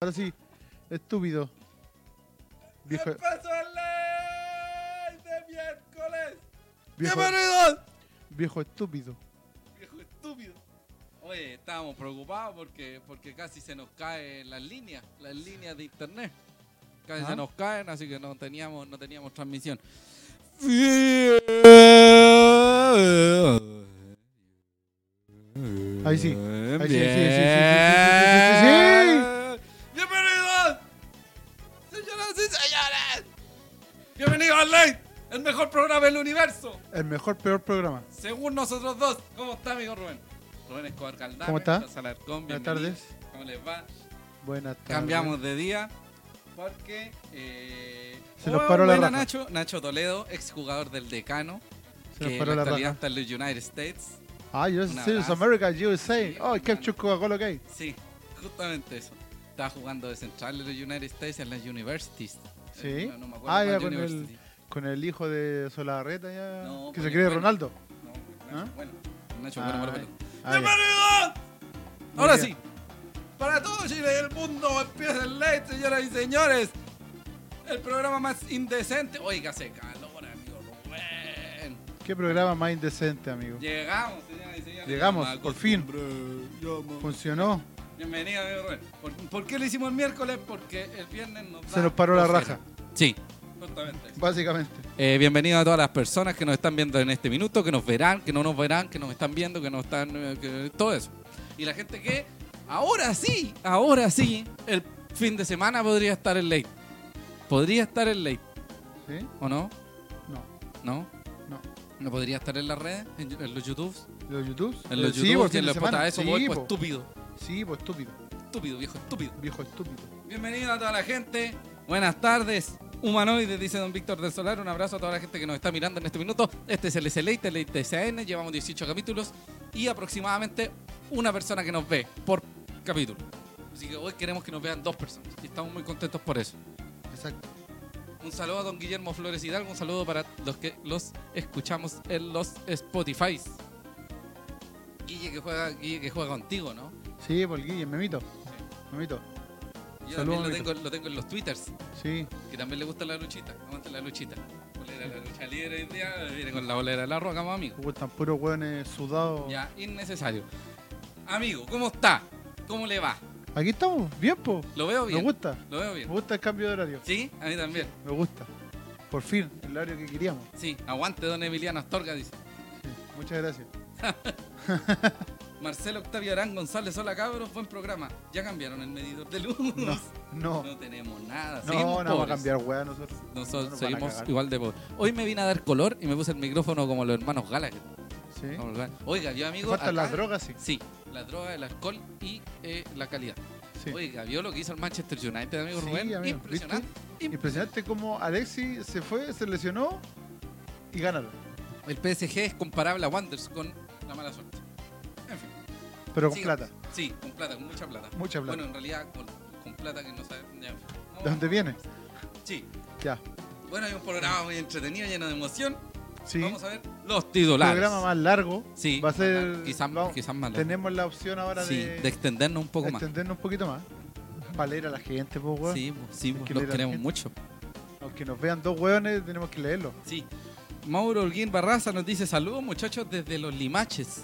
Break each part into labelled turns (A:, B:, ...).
A: Ahora sí, estúpido. Viejo,
B: ¡Empezó el live de miércoles!
A: viejo,
B: ¡Bienvenidos!
A: viejo estúpido.
B: Viejo estúpido. Oye, estábamos preocupados porque, porque casi se nos caen las líneas, las líneas de internet. Casi
A: Ah.
B: se nos caen, así que no teníamos, no teníamos transmisión. Ahí
A: sí, ahí sí, sí, sí, sí, sí, sí, sí, sí, sí, sí.
B: ¡Bienvenidos! ¡Señoras y señores! ¡Bienvenidos al Live! ¡El mejor programa del universo!
A: El mejor, peor programa.
B: Según nosotros dos, ¿cómo está, amigo Rubén? Rubén Escobar Caldame,
A: ¿Cómo está?
B: Buenas
A: Buenas tardes.
B: ¿Cómo les va?
A: Buenas tardes.
B: Cambiamos de día porque. eh,
A: Se nos
B: oh,
A: paró la
B: buena
A: raja.
B: Nacho, Nacho Toledo, exjugador del Decano,
A: Se
B: que
A: nos
B: en
A: paró
B: la
A: la
B: actualidad
A: raja.
B: está en los United States.
A: Ah, yo soy
B: Un
A: Serious
B: abrazo.
A: America, USA.
B: Sí, Eh,
A: oh,
B: un
A: I capture Coca-Cola gay.
B: Sí, justamente eso. Estaba jugando de central en los United States en las universities.
A: Sí.
B: Eh, No, no me acuerdo
A: Ah, ya
B: cuál
A: con el-
B: university.
A: Con el hijo de Solarreta ya.
B: No,
A: que
B: pues,
A: se cree
B: bueno.
A: Ronaldo.
B: No,
A: ¿Ah?
B: Nacho, bueno, Nacho, bueno,
A: Ah,
B: bueno, bueno.
A: Ah, ya.
B: ¡Bienvenidos! Ahora
A: bien.
B: sí, para todo Chile y el mundo empieza el live, señoras y señores. El programa más indecente. Oiga, hace calor, amigo Rubén.
A: Qué programa más indecente, amigo.
B: Llegamos, señoras y señores.
A: Llegamos,
B: Ya me
A: por fin.
B: acostumbré, ya me-
A: Funcionó.
B: Bienvenido, amigo Rubén. ¿Por, por qué lo hicimos el miércoles? Porque el viernes nos
A: Se
B: da
A: nos paró la
B: flojera.
A: raja,
B: Sí, justamente. eso.
A: básicamente.
B: Eh, bienvenido a todas las personas que nos están viendo en este minuto, que nos verán, que no nos verán, que nos están viendo, que nos están. eh, que- todo eso. Y la gente que, ahora sí, ahora sí, el fin de semana podría estar en late. Podría estar en late,
A: ¿Sí?
B: ¿o no?
A: No,
B: ¿No?
A: no.
B: ¿No podría estar en las redes? ¿En, en los YouTubes?
A: ¿Los YouTubes?
B: ¿En los
A: Eh, Sí,
B: YouTubes?
A: por
B: y en
A: fin de
B: los
A: semana.
B: podcasts, Eso,
A: Sí,
B: pues,
A: po.
B: estúpido.
A: Sí, pues estúpido.
B: Estúpido, viejo, estúpido.
A: Viejo estúpido.
B: Bienvenido a toda la gente. Buenas tardes. Humanoides, dice don Víctor del Solar. Un abrazo a toda la gente que nos está mirando en este minuto. Este es el SLA, el TCN. Llevamos 18 capítulos y aproximadamente una persona que nos ve por capítulo. Así que hoy queremos que nos vean dos personas y estamos muy contentos por eso.
A: Exacto.
B: Un saludo a don Guillermo Flores Hidalgo. Un saludo para los que los escuchamos en los Spotify. Guille que juega, Guille que juega contigo, ¿no?
A: Sí, por el Guille, memito. Memito.
B: Yo
A: Saludos,
B: también lo
A: amigo.
B: tengo, lo tengo en los Twitters.
A: Sí.
B: que también le gusta la luchita. Aguanta la luchita. Bolera la lucha libre hoy día, viene con la bolera de la roca, más amigo.
A: Me gustan puros hueones sudados.
B: Ya, innecesario. Amigo, ¿cómo está? ¿Cómo le va?
A: Aquí estamos, bien, po.
B: ¿Lo veo
A: Me
B: bien?
A: gusta.
B: ¿Lo veo
A: Me
B: bien?
A: gusta el cambio de horario.
B: ¿Sí? A mí también.
A: Me gusta. Por fin, el horario que queríamos.
B: Sí, aguante don Emiliano Astorga, dice.
A: Sí, Muchas gracias.
B: Marcelo Octavio Arán González, hola cabros, buen programa. Ya cambiaron el medidor de luz.
A: No, no.
B: No tenemos nada.
A: No,
B: seguimos
A: no, vamos a
B: pobres.
A: cambiar hueá nosotros.
B: Nosotros
A: No nos van a
B: seguimos
A: cagar.
B: igual de pobres. Hoy me vine a dar color y me puse el micrófono como los hermanos Gallagher.
A: Sí.
B: Vamos, Gallagher. Oiga, yo
A: Me
B: amigo.
A: faltan las
B: acá-
A: drogas, sí.
B: Sí, la droga, el alcohol y eh, la calidad.
A: sí.
B: Oiga, ¿vio lo que hizo el Manchester United, amigo
A: Sí,
B: Rubén?
A: amigo,
B: Impresionante. Im-
A: Impresionante cómo Alexi se fue, se lesionó y ganaron.
B: El PSG es comparable a Wanderers con la mala suerte. En fin.
A: Pero con
B: Sí.
A: plata,
B: Sí, con plata, con mucha plata.
A: mucha plata.
B: Bueno, en realidad con, con plata que no sabe. ya, en fin. No,
A: ¿De dónde viene?
B: Sí.
A: Ya.
B: Bueno, hay un programa muy entretenido, lleno de emoción.
A: Sí.
B: Vamos a ver los
A: El
B: titulares.
A: programa más largo.
B: Sí,
A: Va a ser.
B: Quizás,
A: vamos-
B: quizás más largo.
A: tenemos la opción ahora
B: Sí,
A: de,
B: de extendernos un poco más.
A: extendernos un poquito más. Para leer a la gente, po, weón.
B: Sí, pues, sí, pues,
A: que
B: los
A: leer a la
B: queremos
A: gente.
B: mucho.
A: Aunque nos vean dos hueones, tenemos que leerlo.
B: Sí. Mauro Holguín Barraza nos dice saludos muchachos desde los Limaches.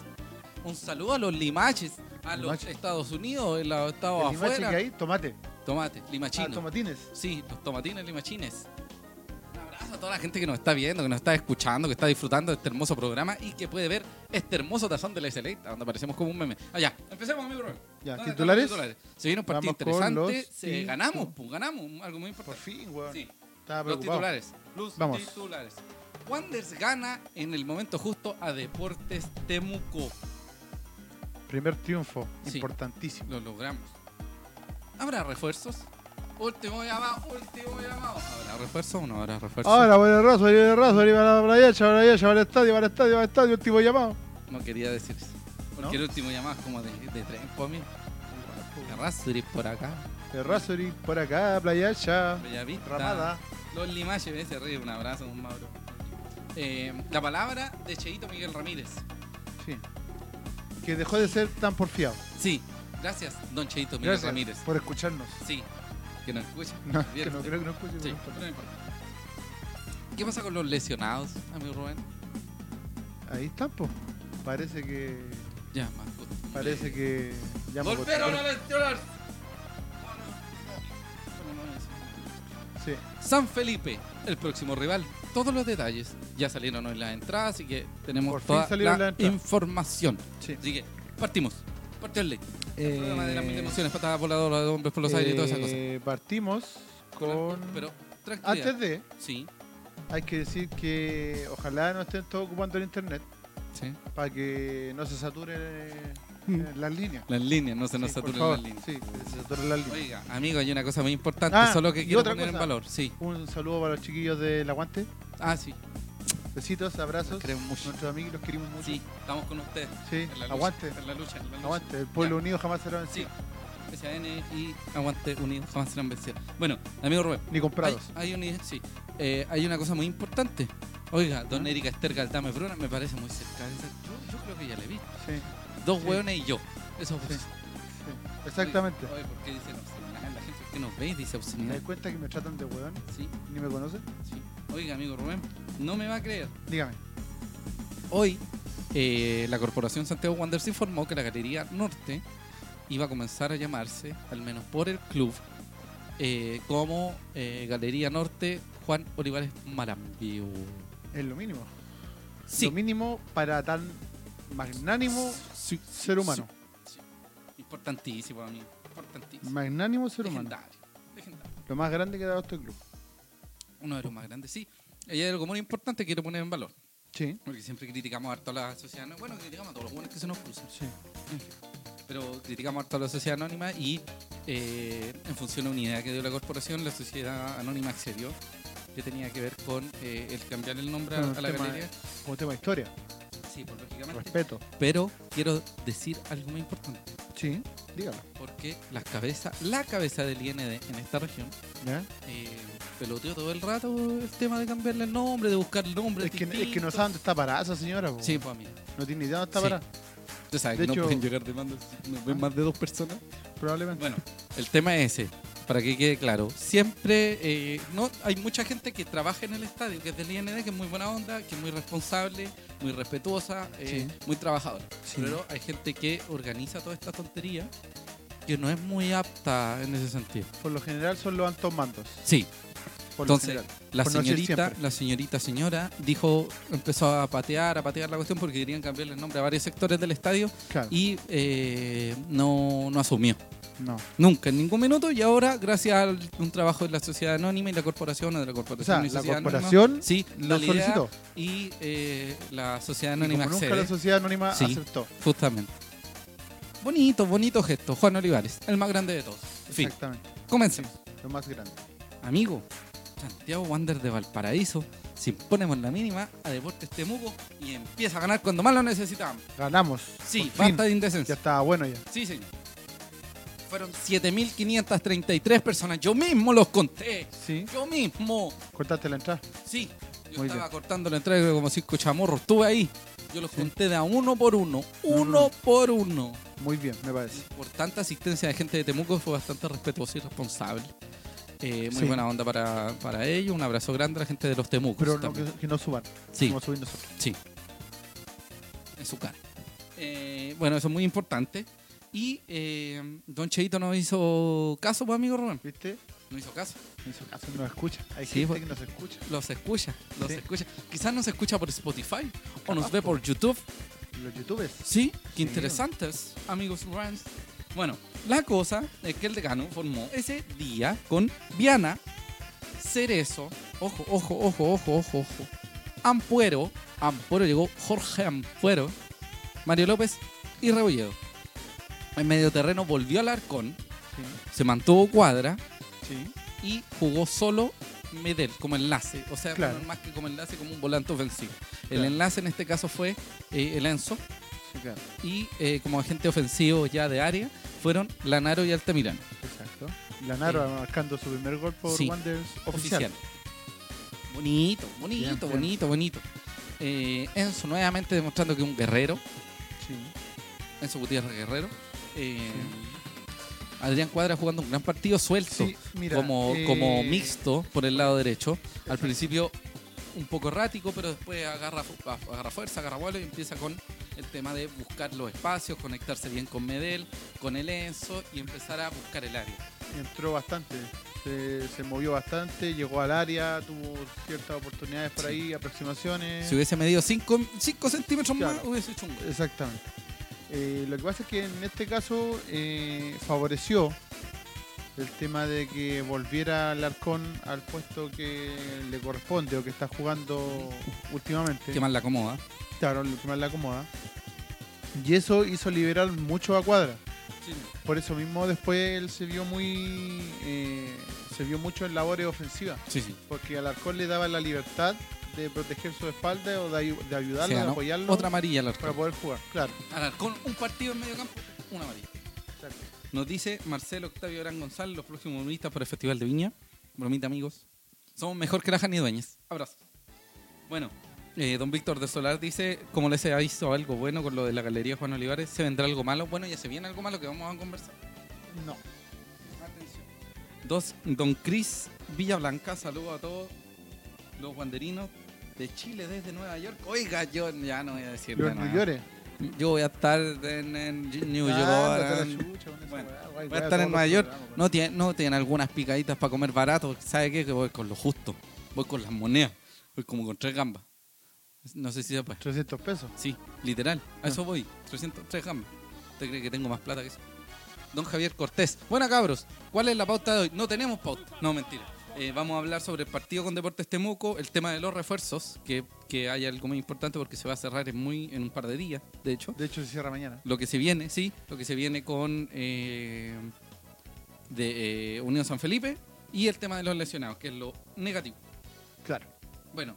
B: Un saludo a los Limaches, a los
A: Limaches.
B: Estados Unidos, en los Estados
A: El limache
B: afuera.
A: que hay, tomate.
B: Tomate, limachino.
A: Ah, tomatines.
B: sí, los tomatines limachines. Un abrazo a toda la gente que nos está viendo, que nos está escuchando, que está disfrutando de este hermoso programa y que puede ver este hermoso tazón de la SLA, donde aparecemos como un meme. Allá, empecemos, amigo Rubén.
A: Ya,
B: ¿Dónde están los
A: titulares.
B: Se viene un partido
A: Vamos con los
B: interesante. se-
A: titulares.
B: ganamos, pues, ganamos, algo muy
A: Por
B: importante.
A: fin, weón.
B: Sí.
A: Estaba
B: Los
A: preocupado.
B: titulares. Los
A: Vamos.
B: titulares. Wanders gana en el momento justo a Deportes Temuco.
A: Primer triunfo,
B: Sí.
A: importantísimo.
B: Lo logramos. ¿Habrá refuerzos? Último llamado, último llamado. ¿Habrá refuerzo o no habrá refuerzo?
A: Ahora, bueno, raso, viene el raso, arriba la playa, para allá, para el estadio, para el estadio, para el estadio, último llamado.
B: No quería decir eso. Porque
A: ¿No?
B: el último llamado es como de, de tren, po, amigo. Arrasuri por acá.
A: El raso, ir por acá, playa, allá.
B: Bellavista.
A: Ramada.
B: Los limaches, me se ríe. Un abrazo, un Mauro. Eh, la palabra de Cheito Miguel Ramírez.
A: Sí. Que dejó de ser tan porfiado.
B: Sí, gracias, don Cheito Miguel
A: Gracias
B: Ramírez.
A: por escucharnos.
B: Sí, que no escucha.
A: No,
B: Bien,
A: que no
B: sí.
A: creo que no escuche.
B: Sí,
A: pero-
B: pero no importa. ¿Qué pasa con los lesionados, amigo Rubén?
A: Ahí está, po. Parece que.
B: Ya, más justo.
A: Parece que. Ya me
B: ¡Volvieron a
A: acostumbré.
B: lesionar!
A: Sí.
B: San Felipe, el próximo rival. Todos los detalles ya salieron hoy las entradas, así que tenemos
A: Por fin
B: toda
A: salieron
B: la
A: las entradas.
B: información.
A: Sí.
B: Así que partimos. Partió el ley. El
A: Eh,
B: programa de las mil emociones, patadas voladoras, de hombres por los aires y todas esas cosas.
A: eh, Partimos con.
B: Pero, tranquilidad.
A: Antes de,
B: Sí,
A: hay que decir que ojalá no estén todos ocupando el internet
B: sí.
A: para que no se sature eh, las líneas.
B: Las líneas, Mm. no se nos
A: Sí, por
B: saturen
A: favor.
B: las líneas.
A: Sí, que se saturen las líneas.
B: Oiga, amigo, hay una cosa muy importante,
A: Ah,
B: solo que
A: y
B: quiero
A: otra
B: poner en
A: cosa.
B: valor. Sí.
A: Un saludo para los chiquillos del Aguante.
B: Ah, sí.
A: Besitos,
B: Los
A: abrazos.
B: queremos mucho.
A: Nuestros amigos los queremos mucho.
B: Sí, estamos con ustedes.
A: Sí,
B: En la lucha,
A: aguante.
B: En la lucha, en la lucha.
A: Aguante. El pueblo unido jamás será
B: Sí.
A: vencido.
B: SAN y Aguante Unidos jamás serán vencidos. Bueno, amigo Rubén.
A: Ni
B: Hay,
A: comprados.
B: hay un- sí, eh, hay una cosa muy importante. Oiga, don
A: ¿Ah?
B: Erika Esther Galdame Bruna me parece muy cercana. Yo, yo creo que ya le vi.
A: Sí,
B: Dos
A: Sí.
B: hueones y yo. Eso fue.
A: Sí. sí. Exactamente.
B: Oye, ¿por qué dicen obscenidad? La gente que nos ve dice
A: ¿Te
B: obscenidad.
A: das cuenta que me tratan de hueón?
B: Sí,
A: ¿Ni me conocen?
B: sí. Oiga, amigo Rubén, no me va a creer.
A: Dígame.
B: Hoy, eh, la Corporación Santiago Wanderers informó que la Galería Norte iba a comenzar a llamarse, al menos por el club, eh, como eh, Galería Norte Juan Olivares Marambio.
A: Es lo mínimo.
B: Sí.
A: Lo mínimo para tan magnánimo
B: Sí,
A: ser humano.
B: sí, sí. Importantísimo, amigo. Importantísimo.
A: Magnánimo ser humano.
B: Legendario. legendario.
A: Lo más grande que ha dado este club.
B: Uno de los más grandes, sí. Y hay algo muy importante que quiero poner en valor.
A: Sí.
B: Porque siempre criticamos harto a la sociedad anónima. Bueno, criticamos a todos los buenos que se nos cruzan.
A: Sí.
B: Pero criticamos harto a la sociedad anónima y eh, en función a una idea que dio la corporación, la sociedad anónima accedió que tenía que ver con eh, el cambiar el nombre a,
A: Con el
B: a la
A: tema
B: galería.
A: Como tema de historia.
B: Sí, pues lógicamente.
A: Respeto.
B: Pero quiero decir algo muy importante.
A: Sí. Dígalo.
B: Porque la cabeza, la cabeza del IND en esta región
A: ¿Ya?
B: eh, peloteó todo el rato el tema de cambiarle el nombre, de buscar el nombre.
A: Es que, es que no sabe dónde está parada esa señora. po.
B: Sí, pues amigo.
A: No tiene idea dónde está
B: Sí.
A: parada.
B: Usted sabe
A: De
B: que no
A: hecho-
B: pueden llegar demandas si nos ven
A: Ah.
B: más de dos personas.
A: Probablemente.
B: Bueno, el tema es ese, para que quede claro. Siempre, eh, no, hay mucha gente que trabaja en el estadio, que es del IND, que es muy buena onda, que es muy responsable, muy respetuosa, eh, muy trabajadora.
A: Sí.
B: Pero hay gente que organiza toda esta tontería que no es muy apta en ese sentido.
A: Por lo general son los altos mandos.
B: Sí,
A: Por
B: Entonces,
A: lo general.
B: la
A: Por no decir
B: señorita,
A: siempre.
B: la señorita señora, dijo, empezó a patear, a patear la cuestión porque querían cambiarle el nombre a varios sectores del estadio
A: Claro.
B: y eh, no, no asumió.
A: No.
B: Nunca, en ningún minuto. Y ahora, gracias a un trabajo de la sociedad anónima y la corporación, o de la
A: O
B: corporación
A: sea,
B: y
A: la
B: sociedad anónima,
A: corporación
B: sí,
A: lo
B: la idea
A: solicitó.
B: y eh, la sociedad
A: Y como
B: anónima
A: nunca
B: accede,
A: la sociedad anónima
B: Sí.
A: aceptó.
B: justamente. Bonito, bonito gesto. Juan Olivares, el más grande de todos. En fin,
A: Exactamente.
B: comencemos.
A: Lo más grande.
B: Amigo, Santiago Wander de Valparaíso se impone por la mínima a Deportes Temuco y empieza a ganar cuando más lo necesitamos.
A: Ganamos.
B: Sí,
A: Por fin.
B: basta de
A: Ya
B: indecencia.
A: estaba bueno ya.
B: Sí, señor. Fueron 7.533 personas. Yo mismo los conté.
A: Sí.
B: Yo mismo,
A: Cortaste la entrada.
B: sí. Yo
A: Muy
B: estaba
A: bien.
B: cortando la entrega como cinco chamorros. Estuve ahí. Yo los
A: Sí.
B: conté de a uno por uno.
A: No,
B: Uno
A: no.
B: por uno.
A: Muy bien, me
B: Y
A: parece.
B: por tanta asistencia de gente de Temuco fue bastante respetuoso y responsable. Eh, muy
A: Sí.
B: buena onda para, para ellos. Un abrazo grande a la gente de los Temucos.
A: Pero no,
B: también.
A: que, que no suban.
B: sí,
A: Como subir nosotros.
B: en su cara. Eh, bueno, eso es muy importante. Y eh, Don Cheito no hizo caso, pues, amigo Rubén.
A: ¿Viste?
B: No hizo caso.
A: En su caso no nos escucha. Hay
B: Sí,
A: gente
B: pues.
A: que nos escucha.
B: Los escucha, los
A: Sí.
B: escucha. Quizás nos escucha por Spotify o nos
A: Capaz,
B: ve
A: po.
B: por YouTube.
A: Los youtubers.
B: Sí, qué
A: Sí.
B: interesantes, amigos Rams. Bueno, la cosa es que el decano formó ese día con Viana, Cerezo, ojo, ojo, ojo, ojo, ojo, ojo, Ampuero, Ampuero llegó Jorge Ampuero, Mario López y Rebolledo. En medio terreno volvió al arcón,
A: Sí.
B: se mantuvo cuadra
A: Sí.
B: y jugó solo Medel como enlace, o sea,
A: Claro.
B: más que como enlace, como un volante ofensivo. El
A: Claro.
B: enlace en este caso fue eh, el Enzo,
A: Sí, claro.
B: y eh, como agente ofensivo ya de área fueron Lanaro y Altamirano.
A: Exacto. Lanaro marcando su primer gol por
B: Sí.
A: Wanderers oficial.
B: Oficial. Bonito, bonito,
A: Bien, bien.
B: bonito, bonito. Eh, Enzo nuevamente demostrando que es un guerrero,
A: Sí.
B: Enzo Gutiérrez Guerrero. Eh, Adrián Cuadra jugando un gran partido suelto,
A: Sí, mira,
B: como,
A: eh,
B: como mixto por el lado derecho. Al principio un poco errático, pero después agarra, fu- a- agarra fuerza, agarra vuelo y empieza con el tema de buscar los espacios, conectarse bien con Medel, con el Enzo y empezar a buscar el área.
A: entró bastante, se, se movió bastante, llegó al área, tuvo ciertas oportunidades por
B: Sí.
A: ahí, aproximaciones.
B: Si hubiese medido 5 centímetros más,
A: Claro.
B: hubiese hecho un gol.
A: Exactamente. Eh, lo que pasa es que en este caso eh, favoreció el tema de que volviera Alarcón al puesto que le corresponde o que está jugando últimamente.
B: Que más la acomoda.
A: Claro, lo que más le acomoda. Y eso hizo liberar mucho a Cuadra. Por eso mismo después él se vio muy... eh, se vio mucho en labores ofensivas.
B: Sí, sí.
A: Porque Alarcón le daba la libertad de proteger su espalda o de, ayu- de
B: Se
A: ayudarlo, de
B: ganó
A: apoyarlo
B: Otra amarilla al
A: para poder jugar. Claro.
B: Alarcón, un partido en medio campo, una amarilla.
A: Exacto.
B: Nos dice Marcelo Octavio Gran González, los próximos bromistas para el Festival de Viña. Bromita, amigos. Somos mejor que Rajan y Dueñas. Abrazo. Bueno, eh, don Víctor de Solar dice, como les he avisado algo bueno con lo de la Galería Juan Olivares, ¿se vendrá algo malo? Bueno, ya se viene algo malo que vamos a conversar.
A: No.
B: Atención. Dos, don Cris Villablanca, saludo a todos los guanderinos de Chile desde Nueva York. Oiga, yo ya no voy a decir
A: Los
B: de nada.
A: New Yorkers.
B: Yo voy a estar en, en New York.
A: Ah, ándate a la chucha con esa
B: Bueno,
A: weá, guay,
B: Voy a
A: weá,
B: estar en
A: todos
B: Nueva
A: los
B: York.
A: programas, pues.
B: No tienen, no tienen algunas picaditas para comer barato. ¿Sabe qué? Que voy con lo justo. Voy con las monedas. Voy como con tres gambas. No sé si sepas.
A: 300 pesos.
B: Sí, literal. A
A: Ah.
B: eso voy. 300, tres gambas. ¿Usted cree que tengo más plata que eso? Don Javier Cortés. Buena, cabros. ¿Cuál es la pauta de hoy? No tenemos pauta. No, mentira. Eh, vamos a hablar sobre el partido con Deportes Temuco, el tema de los refuerzos, que, que hay algo muy importante porque se va a cerrar en, muy, en un par de días, de hecho
A: De hecho, se cierra mañana.
B: lo que se viene, sí, lo que se viene con eh, de eh, Unión San Felipe y el tema de los lesionados, que es lo negativo.
A: Claro.
B: Bueno,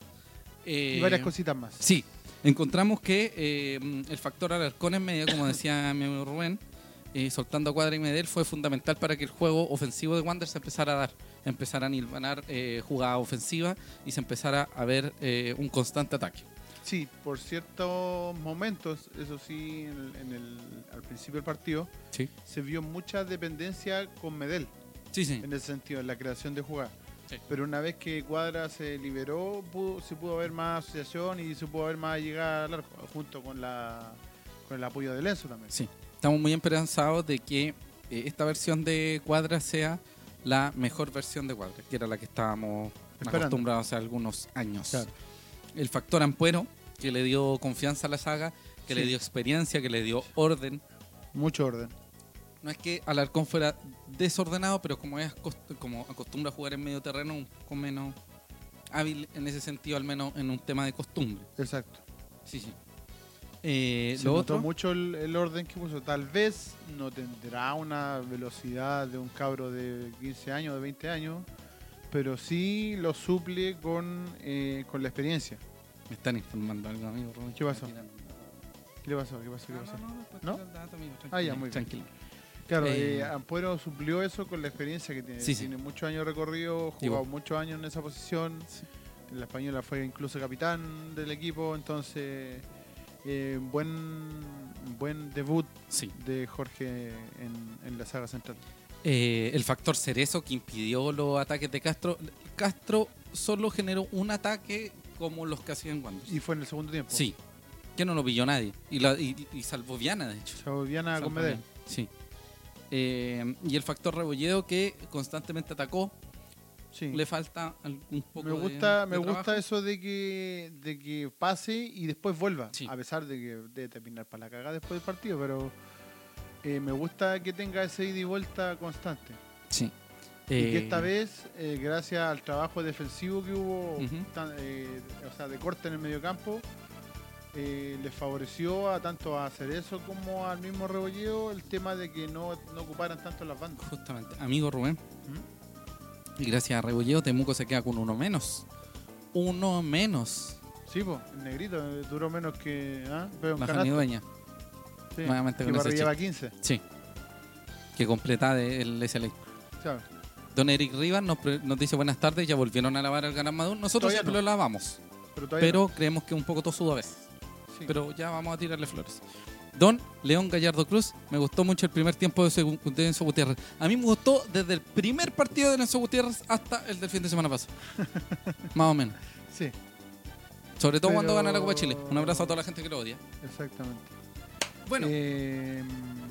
B: eh,
A: y varias cositas más.
B: Sí, encontramos que eh, el factor Alarcón en medio, como decía mi amigo Rubén, eh, soltando a Cuadra y Medel fue fundamental para que el juego ofensivo de Wander se empezara a dar, empezaran a hilvanar eh, jugada ofensiva y se empezara a ver eh, un constante ataque.
A: Sí, por ciertos momentos, eso sí, en el- en el- al principio del partido,
B: Sí,
A: se vio mucha dependencia con Medel,
B: sí, sí.
A: en el sentido, en la creación de jugadas.
B: Sí.
A: Pero una vez que Cuadra se liberó, pudo- se pudo ver más asociación y se pudo ver más llegada al arco, junto con la con el apoyo de Lenzo también.
B: Sí, estamos muy esperanzados de que eh, esta versión de Cuadra sea la mejor versión de Cuadra, que era la que estábamos
A: Esperando.
B: acostumbrados hace algunos años.
A: Claro.
B: El factor Ampuero, que le dio confianza a la saga, que le
A: Sí.
B: dio experiencia, que le dio orden.
A: Mucho orden.
B: No es que Alarcón fuera desordenado, pero como, es acost- como acostumbra a jugar en medio terreno, un poco menos hábil en ese sentido, al menos en un tema de costumbre.
A: Exacto.
B: Sí, sí. Eh,
A: Se
B: lo
A: notó
B: otro,
A: mucho el, el orden que puso. Tal vez no tendrá una velocidad de un cabro de 15 años, de 20 años, pero sí lo suple con, eh, con la experiencia.
B: me están informando algo, amigo. Rubén,
A: ¿Qué
B: me
A: pasó?
B: tiran-
A: ¿Qué le pasó? ¿Qué pasó? ¿Qué
B: No,
A: pasó?
B: no, no, después
A: ¿No?
B: te doy el dato, amigo,
A: Ah, ya,
B: tranquilo,
A: muy bien.
B: tranquilo.
A: Claro,
B: Eh,
A: eh, Ampuero suplió eso con la experiencia que tiene.
B: Sí, sí.
A: tiene muchos años recorrido,
B: Sí,
A: jugado
B: bueno.
A: muchos años en esa posición.
B: Sí.
A: En la española fue incluso capitán del equipo, entonces eh, buen buen debut
B: Sí.
A: de Jorge en, en la saga central.
B: Eh, el factor cerezo que impidió los ataques de Castro. Castro solo generó un ataque como los que hacían cuando.
A: Y fue en el segundo tiempo.
B: Sí. Que no lo pilló nadie. Y, la, y, y salvó Viana, de hecho.
A: Saudiana Ah, con
B: Salvo
A: Medel.
B: Viana, Sí. Eh, y el factor Rebolledo que constantemente atacó.
A: Sí.
B: Le falta algún poco
A: me
B: de-
A: gusta,
B: de
A: me gusta
B: trabajo.
A: eso de que, de que pase y después vuelva.
B: Sí.
A: A pesar de que debe terminar para la cagada después del partido, pero eh, me gusta que tenga ese ida y vuelta constante.
B: Sí.
A: Y que
B: Eh,
A: esta vez, eh, gracias al trabajo defensivo que hubo,
B: Ujú.
A: tan- eh, o sea, de corte en el mediocampo, eh, les favoreció a tanto a Cerezo como al mismo Rebolledo el tema de que no, no ocuparan tanto las bandas.
B: Justamente, amigo Rubén.
A: ¿Mm?
B: Y gracias a Rebolleo, Temuco se queda con uno menos. Uno menos.
A: Sí, pues, el negrito eh, duró menos que. ¿ah? Pero un
B: Baja
A: canasto.
B: mi dueña.
A: Sí,
B: Nuevamente
A: que
B: con ese
A: Barrio lleva 15.
B: Sí. Que completa de- el SLA.
A: ¿sabes?
B: Don Eric Rivas nos, pre- nos dice buenas tardes, ya volvieron a lavar al Gran Maduro. Nosotros
A: Todavía
B: siempre
A: no.
B: lo lavamos,
A: Pero todavía
B: pero creemos que es un poco tosudo a veces.
A: no. Sí.
B: Pero ya vamos a tirarle flores. Don León Gallardo Cruz, me gustó mucho el primer tiempo de Segu- de Enzo Gutiérrez. A mí me gustó desde el primer partido de Enzo Gutiérrez hasta el del fin de semana pasado. Más o menos.
A: Sí,
B: Sobre todo cuando
A: Pero-
B: gana la Copa Chile. Un abrazo a toda la gente que lo odia.
A: exactamente.
B: Bueno,
A: Eh,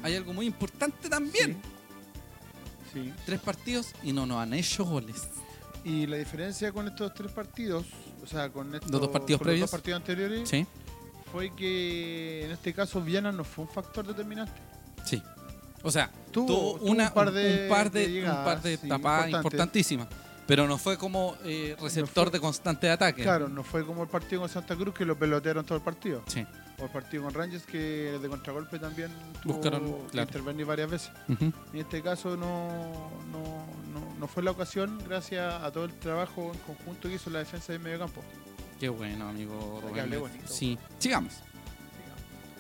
B: hay algo muy importante también.
A: Sí.
B: Tres partidos y no nos han hecho goles.
A: sí. Y la diferencia con estos tres partidos, o sea, con estos
B: dos partidos
A: con
B: previos.
A: los dos partidos anteriores,
B: Sí,
A: fue que en este caso Viana no fue un factor determinante.
B: sí. O sea,
A: Tuvo,
B: tuvo
A: tuvo
B: una,
A: un par de,
B: un par de, un
A: llegadas,
B: par de
A: sí,
B: tapadas
A: importantes.
B: importantísimas. Pero no fue como eh, receptor
A: fue-
B: de constante ataque.
A: Claro, no fue como el partido con Santa Cruz que lo pelotearon todo el partido.
B: Sí.
A: O el partido con Rangers que de contragolpe también tuvo
B: Buscaron,
A: que
B: claro.
A: intervenir varias veces.
B: Ujú.
A: En este caso no, no, no, no fue la ocasión gracias a todo el trabajo en conjunto que hizo la defensa del mediocampo.
B: Qué bueno, amigo
A: que hablé
B: Rubén.
A: bonito.
B: Sí. Sigamos.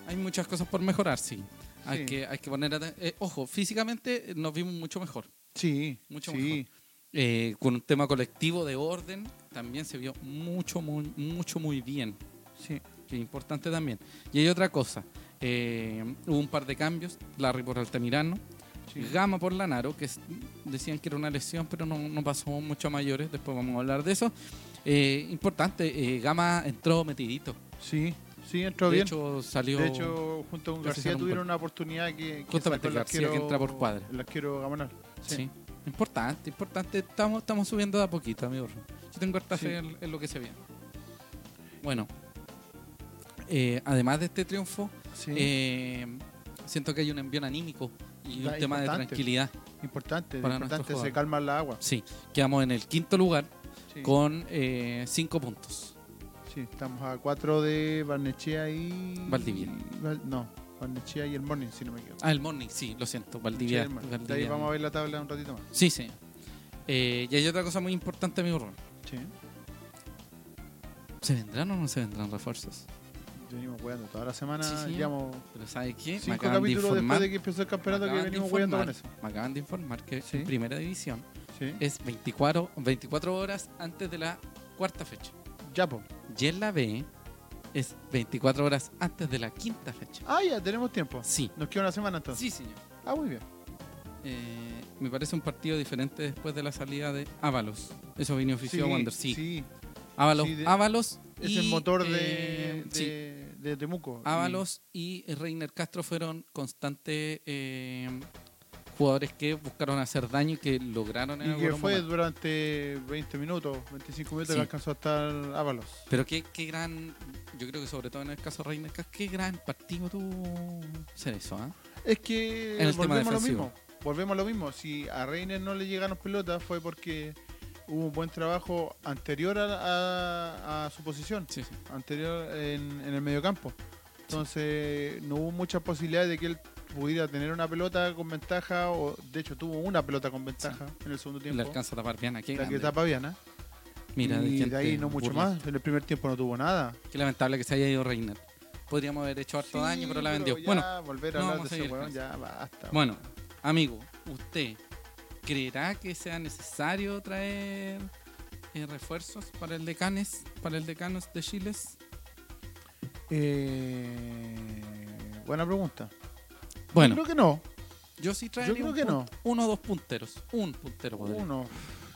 B: Hay muchas cosas por mejorar, sí. Hay,
A: Sí.
B: que, hay que poner aten- eh, ojo, físicamente eh, nos vimos mucho mejor.
A: Sí,
B: Mucho
A: sí.
B: Eh, con un tema colectivo de orden también se vio mucho, muy, mucho, muy bien.
A: Sí.
B: Que es importante también. Y hay otra cosa. eh, hubo un par de cambios. Larry por Altamirano.
A: sí.
B: Gama por Lanaro, que es- decían que era una lesión, pero no, no pasó mucho a mayores. Después vamos a hablar de eso. Eh, importante, eh, Gama entró metidito.
A: Sí, sí, entró
B: De
A: bien.
B: hecho, salió.
A: de hecho, junto con
B: Gracias
A: García
B: a un
A: tuvieron una oportunidad que, que sacó
B: Justamente,
A: el
B: García que
A: arquero-
B: entra por cuadra.
A: El arquero Gamonal.
B: Sí. Importante, importante. Estamos, estamos subiendo de a poquito, amigo. Yo tengo harta
A: Sí.
B: fe en, en lo que se viene. Bueno, eh, además de este triunfo,
A: Sí,
B: eh, siento que hay un envío anímico y un
A: Da-
B: tema de
A: importante.
B: tranquilidad.
A: importante,
B: para
A: importante,
B: nuestro
A: se calma la agua.
B: Sí, quedamos en el quinto lugar
A: Sí,
B: con eh, cinco puntos.
A: sí, estamos a cuatro de Barnechea y...
B: Valdivia.
A: Val- no, Barnechea y el Morning, si no me equivoco.
B: Ah, el morning, sí, lo siento, Valdivia.
A: Barnechea y el Morning. De ahí
B: Valdivia.
A: vamos a ver la tabla un ratito más.
B: Sí, sí. Eh, y hay otra cosa muy importante, amigo Rubén.
A: Sí,
B: ¿Se vendrán o no se vendrán refuerzos?
A: venimos jugando toda la semana,
B: Sí, sí.
A: llevamos
B: Pero ¿sabe qué? Me
A: cinco
B: acaban de
A: capítulos
B: informar-
A: después de que empezó el campeonato
B: Me
A: que
B: acaban de
A: venimos jugando con eso.
B: informar- Me acaban de informar que
A: Sí.
B: en primera división
A: Sí.
B: es 24, 24 horas antes de la cuarta fecha.
A: Ya, po.
B: Y en la B es 24 horas antes de la quinta fecha.
A: Ah, ya, tenemos tiempo.
B: Sí.
A: Nos queda una semana entonces.
B: Sí, señor.
A: Ah, muy bien.
B: Eh, me parece un partido diferente después de la salida de Ábalos. Eso vino oficial Wander, sí.
A: sí.
B: Ábalos,
A: Sí, de-
B: Ábalos
A: Es
B: y,
A: el motor
B: eh,
A: de,
B: sí,
A: de, de Temuco.
B: Ábalos y Reiner Castro fueron constantes eh, jugadores que buscaron hacer daño y que lograron
A: Y,
B: en
A: y que
B: algún
A: fue
B: momento.
A: durante 20 minutos, 25 minutos
B: Sí.
A: que alcanzó a estar Ábalos.
B: Pero qué, qué gran, yo creo que sobre todo en el caso de Reiner, Cas- qué gran partido tuvo Cerezo, ¿ah?
A: Es que
B: En el tema
A: volvemos a lo
B: defensivo.
A: mismo. Volvemos a lo mismo. Si a Reiner no le llegaron pelotas fue porque hubo un buen trabajo anterior a, a- a su posición,
B: Sí, sí.
A: anterior en, en el mediocampo. Entonces no hubo muchas posibilidades de que él pudiera tener una pelota con ventaja, o de hecho tuvo una pelota con ventaja en el segundo
B: Le
A: tiempo.
B: alcanza a tapar bien aquí.
A: La que tapa Viana.
B: Mira,
A: y de
B: gente
A: ahí no mucho
B: burla.
A: más. En el primer tiempo no tuvo nada.
B: Qué lamentable que se haya ido Reiner. Podríamos haber hecho harto daño, pero la vendió.
A: ya
B: Bueno,
A: volver a
B: no
A: hablar
B: vamos
A: de
B: a
A: ese
B: ir,
A: weón,
B: Hans.
A: ya basta.
B: bueno, amigo, ¿usted creerá que sea necesario traer eh, refuerzos para el decanes, para el decanos de Chiles?
A: Eh, buena pregunta.
B: Bueno,
A: Yo creo que no.
B: yo sí
A: Yo
B: traería
A: creo
B: un
A: que
B: pun-
A: no.
B: uno o dos punteros. Un puntero podría.
A: Uno.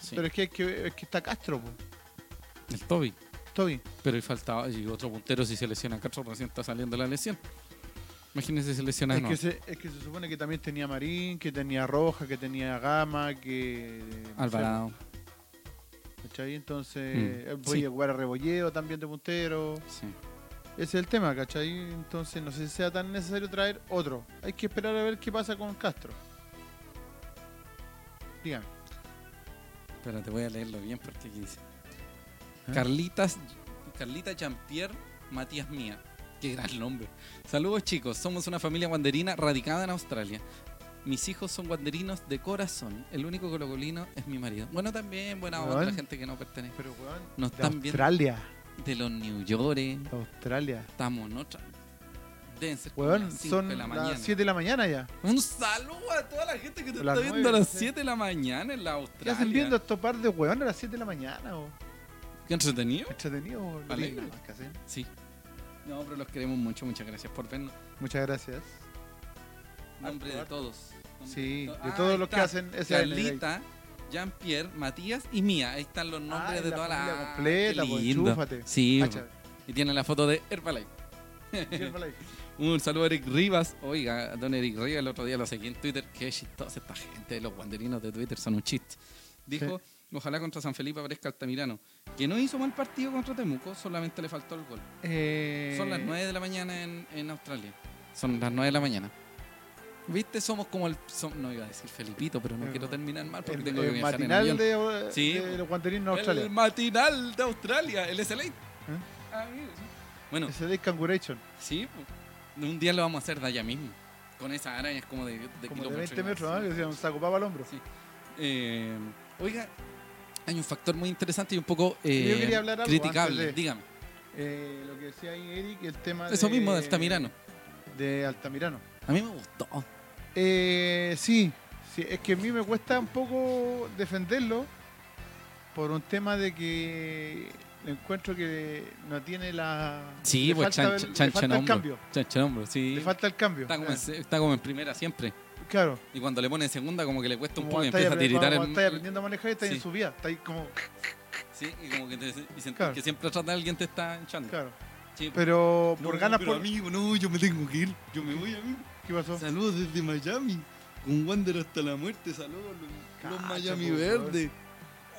B: Sí.
A: Pero es que, es que, es que está Castro, po.
B: El Toby.
A: Toby.
B: Pero y faltaba y otro puntero si se lesiona Castro recién está saliendo la lesión. Imagínense si se lesiona
A: es,
B: no.
A: que se, es que se supone que también tenía Marín, que tenía Roja, que tenía Gama, que. no sé,
B: Alvarado.
A: ¿Cachai? Entonces,
B: Mm,
A: eh, voy
B: sí.
A: a jugar a Rebolledo también de puntero.
B: Sí.
A: Ese es el tema, ¿cachai? Entonces, no sé si sea tan necesario traer otro. Hay que esperar a ver qué pasa con Castro. Dígame.
B: Espérate, voy a leerlo bien porque aquí dice.
A: ¿Ah?
B: Carlitas Carlita Jean-Pierre Matías Mía. Qué gran nombre. Saludos chicos, somos una familia guanderina radicada en Australia. Mis hijos son guanderinos de corazón. El único colocolino es mi marido. Bueno, también buena onda
A: Weón.
B: la gente que no pertenece.
A: Pero, weón,
B: Nos
A: de
B: están viendo
A: Australia.
B: de los New Yorkers.
A: de Australia.
B: Estamos en otra. Deben ser como
A: Weón,
B: las cinco
A: son
B: de la mañana.
A: las 7 de la mañana ya.
B: Un saludo a toda la gente que te
A: Las
B: está viendo a
A: nueve,
B: las
A: sí.
B: 7 de la mañana en la
A: ¿Qué
B: Australia.
A: hacen viendo a estos par de weón a las 7 de la mañana? o?
B: ¿Qué entretenido?
A: Entretenido, o no
B: Alegre.
A: tienen nada más que hacer.
B: Sí. No, pero los queremos mucho. Muchas gracias por vernos.
A: Muchas gracias.
B: Nombre de
A: harto.
B: todos. Nombre
A: Sí, de
B: Ah,
A: todos
B: ahí
A: los que
B: está.
A: hacen ese
B: Carlita, Jean-Pierre, Matías y Mía. Ahí están los nombres
A: es
B: de
A: Ah, la
B: toda la.
A: familia completa,
B: Qué
A: pues,
B: lindo.
A: enchúfate.
B: Sí, pues,
A: Hacha,
B: y tienen la foto de Herbalife.
A: Herbalife.
B: Un saludo a Eric Rivas. Oiga, don Eric Rivas, el otro día lo seguí en Twitter. Qué chistosa esta gente. Los guanderinos de Twitter son un chiste. Dijo, ojalá contra San Felipe aparezca Altamirano, que no hizo mal partido contra Temuco, solamente le faltó el gol.
A: Eh,
B: Son las 9 de la mañana en, en Australia. Son las 9 de la mañana. ¿Viste? Somos como el... som- no iba a decir Felipito, pero no
A: El-
B: quiero terminar mal porque
A: Eh, El,
B: tengo
A: el
B: que viajar en
A: matinal
B: avión.
A: de,
B: Sí,
A: de los guantelinos
B: El
A: australianos.
B: matinal de Australia, el SLA.
A: ¿Eh?
B: Ah, mira, sí. Bueno,
A: Ese de Canguration,
B: sí, po. un día lo vamos a hacer de allá mismo. Con esas arañas como de, de
A: como de
B: kilómetro y
A: 20
B: más,
A: metros,
B: sí.
A: ¿no? Que se nos acopaba al hombro.
B: Sí. Eh, oiga, hay un factor muy interesante y un poco eh,
A: Yo quería hablar algo
B: criticable.
A: antes de-
B: Dígame.
A: Eh, lo que decía ahí Eric, el tema
B: Eso
A: de,
B: mismo de Altamirano.
A: De Altamirano.
B: A mí me gustó.
A: Eh, sí, sí, es que a mí me cuesta un poco defenderlo por un tema de que encuentro que no tiene la.
B: Sí,
A: le
B: pues
A: falta
B: chancha,
A: el-
B: chancha
A: le
B: en
A: falta el
B: hombro.
A: cambio.
B: Chancha en hombro, sí.
A: Le falta el cambio.
B: Está como,
A: Eh,
B: en, se- está como en primera siempre.
A: claro.
B: Y cuando le ponen segunda, como que le cuesta un
A: Como
B: poco y
A: cuando
B: empieza a
A: estáis apre-
B: tiritar
A: cuando estáis
B: el.
A: aprendiendo a manejar y estás
B: Sí.
A: en subida. Estáis como.
B: Sí, y como que, te, y sentís
A: Claro.
B: que siempre atrás de alguien te está hinchando.
A: Claro.
B: Sí. pues.
A: Pero
B: No,
A: por ganas
B: pero
A: por.
B: Amigo, no, yo me tengo que ir. Yo me voy, amigo.
A: ¿Qué pasó?
B: Saludos desde Miami. Con Wander hasta la muerte. Saludos los, los
A: Cacha,
B: Miami
A: po, weón.
B: Verde.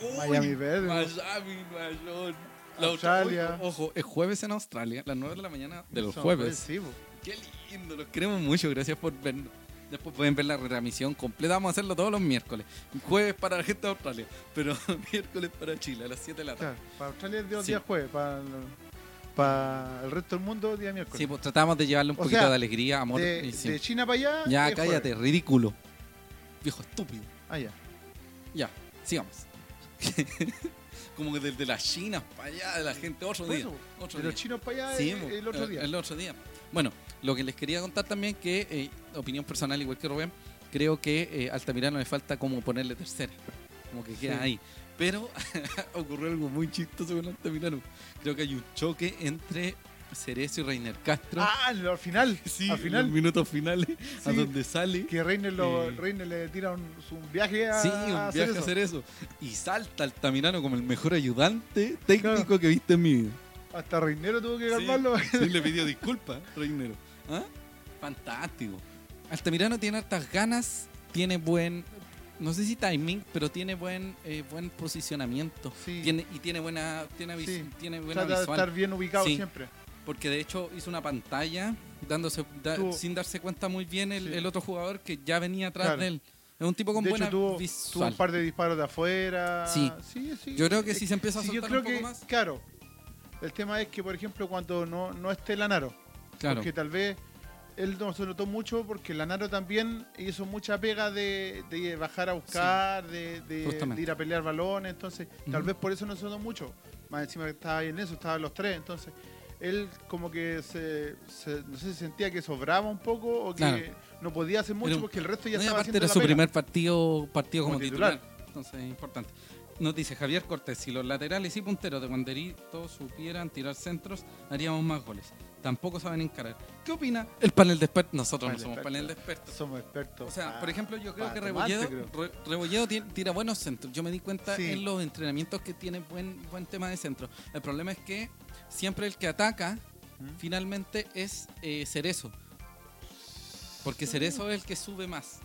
B: Uy,
A: Miami Verde.
B: Miami, Nueva York. La
A: Australia.
B: otra- ojo, es jueves en Australia, las 9 de la mañana de los
A: Son-
B: jueves.
A: pues, Sí, po.
B: Qué lindo, los queremos mucho, gracias por vernos. Después pueden ver la retransmisión completa, vamos a hacerlo todos los miércoles. Jueves para la gente de Australia, pero miércoles para Chile a las 7 de la tarde.
A: Claro, para Australia es día
B: Sí.
A: día jueves, para, para el resto del mundo día miércoles.
B: Sí, pues tratamos de llevarle un
A: O
B: poquito
A: sea,
B: de alegría, amor.
A: de,
B: y sí.
A: de China para allá.
B: ya,
A: es
B: cállate,
A: jueves.
B: ridículo. Viejo estúpido.
A: Ah, ya.
B: Ya, sigamos. Como que desde las chinas para allá, de la gente, otro
A: Por
B: día.
A: eso,
B: Otro
A: de
B: día.
A: los chinos para allá
B: Sí,
A: es
B: mo,
A: el otro
B: el-
A: día.
B: el otro día. Bueno, lo que les quería contar también que, eh, opinión personal igual que Rubén, creo que eh, Altamirano le falta como ponerle tercera. Como que queda
A: Sí.
B: ahí. Pero ocurrió algo muy chistoso con Altamirano. Creo que hay un choque entre Cerezo y Reiner Castro.
A: Ah, lo- al final.
B: sí,
A: al
B: en
A: final.
B: los minutos finales, a
A: Sí.
B: donde sale.
A: Que Reiner, lo,
B: Eh.
A: Reiner le tira un, su- un viaje a,
B: Sí,
A: a
B: un
A: hacer
B: viaje a
A: eso.
B: hacer eso. Y salta Altamirano como el mejor ayudante técnico
A: Claro.
B: que viste en mi vida.
A: Hasta Reinero tuvo que
B: Sí.
A: calmarlo.
B: Sí, le pidió disculpas, Reinero. ¿Ah? Fantástico. Altamirano tiene hartas ganas, tiene buen, no sé si timing, pero tiene buen eh, buen posicionamiento.
A: Sí.
B: Tiene, y tiene buena, tiene, vis-
A: Sí.
B: tiene buena
A: Trata de
B: visual.
A: estar bien ubicado
B: Sí.
A: siempre.
B: Porque de hecho hizo una pantalla dándose da-
A: Tuvo-
B: sin darse cuenta muy bien el,
A: Sí.
B: el otro jugador que ya venía atrás
A: Claro.
B: de él. Es un tipo con
A: de
B: buena
A: hecho, tuvo, tuvo
B: visual.
A: un par de disparos de afuera.
B: Sí.
A: sí, sí.
B: Yo creo que
A: Es-
B: si se empieza a
A: sí,
B: soltar
A: yo creo
B: un poco
A: que,
B: más,
A: claro. El tema es que, por ejemplo, cuando no, no esté Lanaro,
B: claro.
A: porque tal vez él no se notó mucho porque Lanaro también hizo mucha pega de, de bajar a buscar, de, de-
B: Justamente.
A: de ir a pelear balones, entonces tal
B: Ujú.
A: vez por eso no se notó mucho. Más encima que estaba ahí en eso, estaban los tres, entonces él como que se, se- no sé si sentía que sobraba un poco o que
B: Claro.
A: no podía hacer mucho
B: Era un-
A: porque el resto ya
B: No, y
A: estaba
B: aparte
A: haciendo
B: era
A: la
B: su
A: pega.
B: primer partido, partido como,
A: Como
B: titular.
A: titular.
B: Entonces es importante. Nos dice Javier Cortés, si los laterales y punteros de Wanderí todos supieran tirar centros, haríamos más goles. Tampoco saben encarar. ¿Qué opina el panel de expertos? Nosotros
A: Panel
B: no somos
A: experto.
B: panel de expertos.
A: Somos expertos.
B: O sea,
A: pa-
B: por ejemplo, yo creo
A: pa
B: que
A: tomarte,
B: Rebolledo,
A: creo.
B: Re- Rebolledo ti- tira buenos centros. Yo me di cuenta
A: Sí.
B: en los entrenamientos que tiene buen, buen tema de centro. El problema es que siempre el que ataca
A: ¿Mm?
B: finalmente es eh, Cerezo. Porque Cerezo es el que sube más.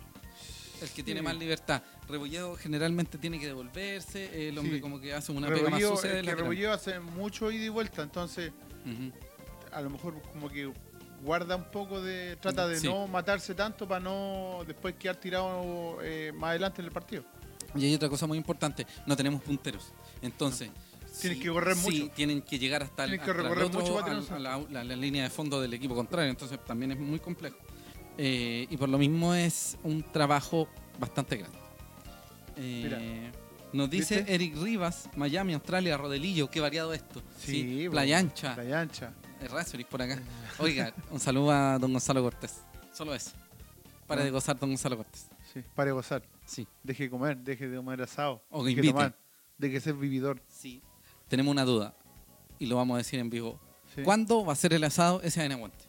B: El que tiene
A: Sí.
B: más libertad. Rebolledo generalmente tiene que devolverse. El hombre
A: Sí.
B: como que hace una pega más
A: Rebolledo,
B: sucia
A: es
B: de
A: que
B: la
A: Rebolledo hace mucho ida y vuelta, entonces a lo mejor como que guarda un poco de. trata de
B: Sí.
A: no matarse tanto para no después quedar tirado eh, más adelante en el partido.
B: Y hay otra cosa muy importante. No tenemos punteros. Entonces...
A: Tienen que correr
B: sí,
A: mucho.
B: tienen que llegar hasta, el-
A: Tienen que
B: hasta el
A: recorrer
B: otro,
A: mucho para
B: al-
A: tener-
B: a la, la- la línea de fondo del equipo contrario. Entonces también es muy complejo. Eh, y por lo mismo es un trabajo bastante grande. Eh,
A: Mira.
B: Nos dice
A: ¿Viste?
B: Eric Rivas, Miami, Australia, Rodelillo, qué variado esto.
A: Sí, bo.
B: Playa Ancha,
A: La ancha.
B: eh, Razoris por acá. Oiga, un saludo a don Gonzalo Cortés. Solo eso. Para
A: Ah.
B: de gozar, don Gonzalo Cortés.
A: Sí, pare de gozar.
B: Sí.
A: Deje de comer, deje de comer asado.
B: O que
A: deje de
B: invite.
A: tomar, deje de ser vividor.
B: Sí. Tenemos una duda y lo vamos a decir en vivo.
A: Sí.
B: ¿Cuándo va a ser el asado ese en Aguante?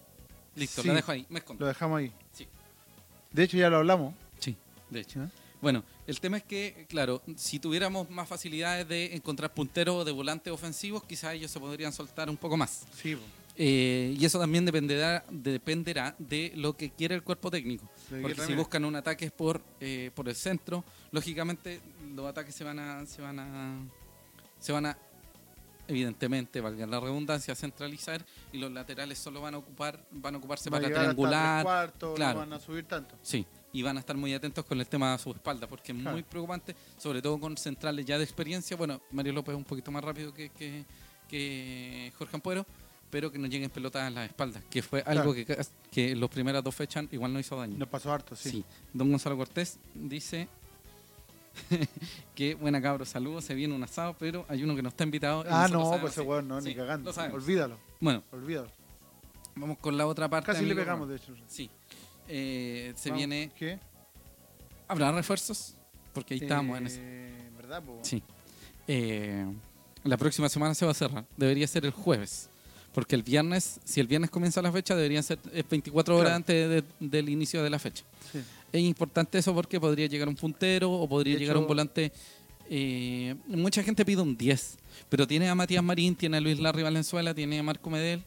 B: Listo,
A: Sí.
B: la dejo ahí. Me escondo.
A: Lo dejamos ahí.
B: Sí.
A: De hecho, ya lo hablamos.
B: Sí, de hecho.
A: ¿Ah?
B: Bueno, el tema es que, claro, si tuviéramos más facilidades de encontrar punteros o de volantes ofensivos, quizás ellos se podrían soltar un poco más.
A: Sí, pues, po.
B: Eh, y eso también dependerá, dependerá de lo que quiere el cuerpo técnico.
A: Lo que
B: Porque
A: quiera
B: si
A: Ramírez.
B: buscan un ataque por, eh, por el centro, lógicamente los ataques se van a, se van a, se van a, evidentemente, valga la redundancia, centralizar y los laterales solo van a ocupar, van a ocuparse
A: Va a
B: para
A: llegar hasta
B: triangular,
A: tres cuartos,
B: claro.
A: No van a subir tanto.
B: Sí, y van a estar muy atentos con el tema de su espalda, porque es
A: Claro.
B: muy preocupante, sobre todo con centrales ya de experiencia. Bueno, Mario López es un poquito más rápido que, que, que Jorge Ampuero, pero que no lleguen pelotas en las espaldas, que fue algo
A: Claro.
B: que, cas- que en las primeras dos fechas igual no hizo daño.
A: Nos pasó harto, sí.
B: sí. don Gonzalo Cortés dice que buena cabros, saludos, se viene un asado, pero hay uno que no está invitado. y
A: Ah,
B: nosotros
A: no,
B: sabemos,
A: pues ese
B: sí.
A: weón no, ni
B: Sí,
A: cagando.
B: lo sabemos.
A: Olvídalo,
B: Bueno,
A: olvídalo.
B: vamos con la otra parte.
A: Casi le
B: amigo.
A: pegamos, de hecho.
B: Sí. Eh, se
A: Vamos,
B: viene
A: ¿Qué?
B: ¿Habrá refuerzos? Porque ahí estábamos en eso.
A: Eh, ¿Verdad, po?
B: Sí. Eh, la próxima semana se va a cerrar. Debería ser el jueves. Porque el viernes, si el viernes comienza la fecha, deberían ser eh, 24 horas
A: Claro.
B: antes de- del inicio de la fecha.
A: Sí.
B: Es importante eso porque podría llegar un puntero o podría
A: De
B: llegar
A: hecho-
B: un volante. eh, mucha gente pide un 10, pero tiene a Matías Marín, tiene a Luis Larry Valenzuela, tiene a Marco Medel,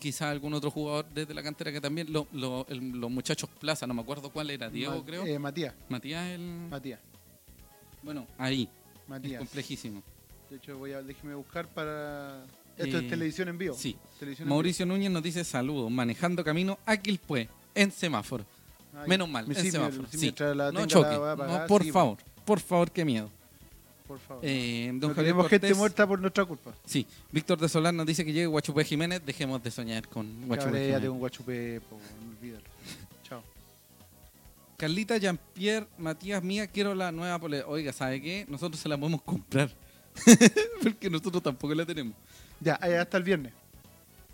B: quizá algún otro jugador desde la cantera que también, lo- lo- el- los muchachos Plaza, no me acuerdo cuál era, Diego
A: Ma-
B: creo.
A: eh, Matías,
B: Matías el...
A: Matías,
B: Bueno, ahí. Es
A: Matías.
B: complejísimo.
A: De hecho, voy a, déjeme buscar para... Esto
B: Eh,
A: es televisión en vivo.
B: sí.
A: Televisión en
B: Mauricio Núñez nos dice saludos, manejando camino a Quilpue, en semáforo.
A: vivo. Ay,
B: Menos mal,
A: mi
B: en
A: simio-
B: semáforo.
A: mi
B: Sí.
A: simio trae la-
B: No
A: tenga
B: choque,
A: la weá apagada,
B: no, por
A: sí, pues. po,
B: favor, por favor, qué miedo.
A: Por favor.
B: Eh, don
A: no
B: Javier
A: tenemos gente
B: Cortés-
A: muerta por nuestra culpa.
B: Sí, Víctor de Solar nos dice que llegue Guachupé Jiménez, dejemos de soñar con Guachupé
A: Cabrera de
B: Jiménez.
A: un guachupé, po, no olvídalo. Chao.
B: Carlita, Jean-Pierre, Matías, mía, quiero la nueva polera. Oiga, ¿sabe qué? Nosotros se la podemos comprar, porque nosotros tampoco la tenemos.
A: Ya, eh, hasta el viernes.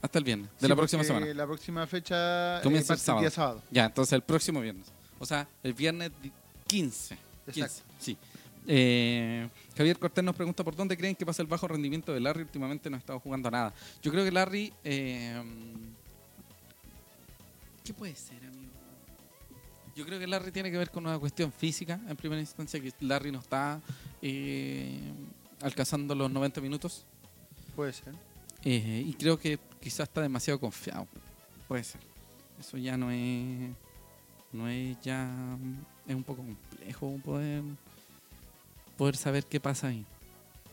B: Hasta el viernes, de
A: Sí,
B: la próxima
A: porque
B: semana.
A: La próxima fecha eh,
B: Comienza el
A: parte
B: sábado.
A: día sábado.
B: Ya, entonces el próximo viernes. O sea, el viernes di- 15. 15,
A: Exacto.
B: sí. Eh, Javier Cortés nos pregunta por dónde creen que pasa el bajo rendimiento de Larry. Últimamente no ha estado jugando a nada. Yo creo que Larry. eh, ¿Qué puede ser, amigo? Yo creo que Larry tiene que ver con una cuestión física, en primera instancia, que Larry no está eh, alcanzando los 90 minutos.
A: Puede ser.
B: Eh, y creo que quizás está demasiado confiado. Puede ser. Eso ya no es. No es ya. Es un poco complejo poder. Poder saber qué pasa ahí.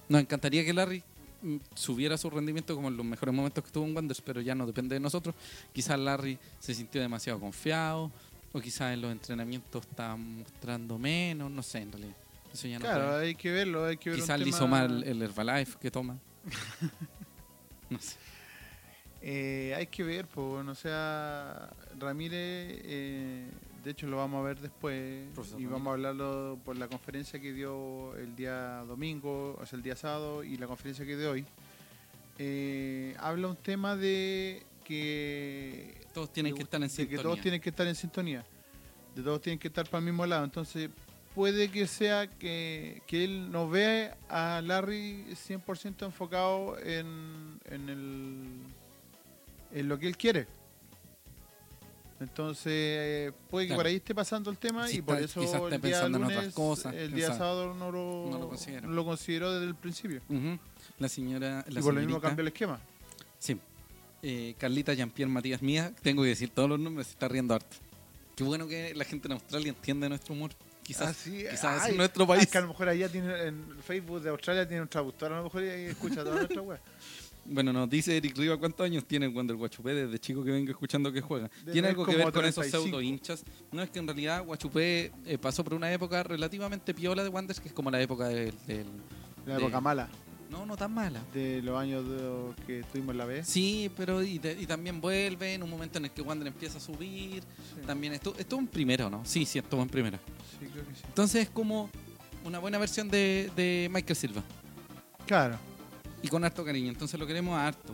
B: Nos encantaría que Larry mm, subiera su rendimiento como en los mejores momentos que tuvo en Wanderers, pero ya no depende de nosotros. Quizás Larry se sintió demasiado confiado, o quizás en los entrenamientos está mostrando menos, no sé, en realidad. Eso ya no
A: Claro,
B: puede-
A: hay que verlo, hay que ver
B: Quizás le hizo mal eh. el Herbalife que toma. no sé.
A: Eh, hay que ver, pues, no sea, Ramírez, eh, de hecho lo vamos a ver después
B: Profesor
A: y
B: Ramírez.
A: vamos a hablarlo por la conferencia que dio el día domingo, o sea, el día sábado y la conferencia que dio hoy. Eh, habla un tema de que
B: Todos tienen
A: de-
B: que estar en
A: de
B: sintonía.
A: que todos tienen que estar en sintonía. De todos tienen que estar para el mismo lado. Entonces, puede que sea que, que él no ve a Larry 100% enfocado en, en, el, en lo que él quiere. Entonces, eh, puede que
B: Claro.
A: por ahí esté pasando el tema
B: Sí,
A: y por
B: está-
A: eso
B: quizás
A: el
B: esté
A: día
B: pensando en
A: lunes,
B: otras cosas,
A: el día
B: exacto.
A: sábado no lo,
B: No lo consideró.
A: no lo consideró desde el principio.
B: Ujú. La señora. La
A: y por lo mismo
B: señorita-
A: cambió el esquema.
B: Sí. Eh, Carlita Jean-Pierre Matías Mía. Tengo que decir todos los nombres, se está riendo harto. Qué bueno que la gente en Australia entiende nuestro humor. Quizás,
A: Ah, sí,
B: quizás
A: ay,
B: en nuestro
A: ah,
B: país.
A: que a lo mejor allá tiene, en Facebook de Australia tiene un traductor, a lo mejor y ahí escucha toda nuestra web.
B: Bueno, nos dice Eric Riva cuántos años tiene cuando el Guachupé desde chico que vengo escuchando que juega.
A: Debe
B: ¿Tiene
A: tener
B: algo que
A: como
B: ver con esos
A: 35.
B: pseudo hinchas? No, es que en realidad Guachupé eh, pasó por una época relativamente piola de Wanderers, que es como la época del... del-
A: La
B: de-
A: época mala
B: No, no tan mala.
A: de los años de- que estuvimos en la B.
B: Sí, pero y, te- y también vuelve en un momento en el que Wander empieza a subir. También estuvo, estuvo en primero, ¿no? Sí, sí, estuvo en primero.
A: Sí, creo que sí.
B: Entonces es como una buena versión de, de Michael Silva.
A: Claro.
B: Y con harto cariño, entonces lo queremos harto.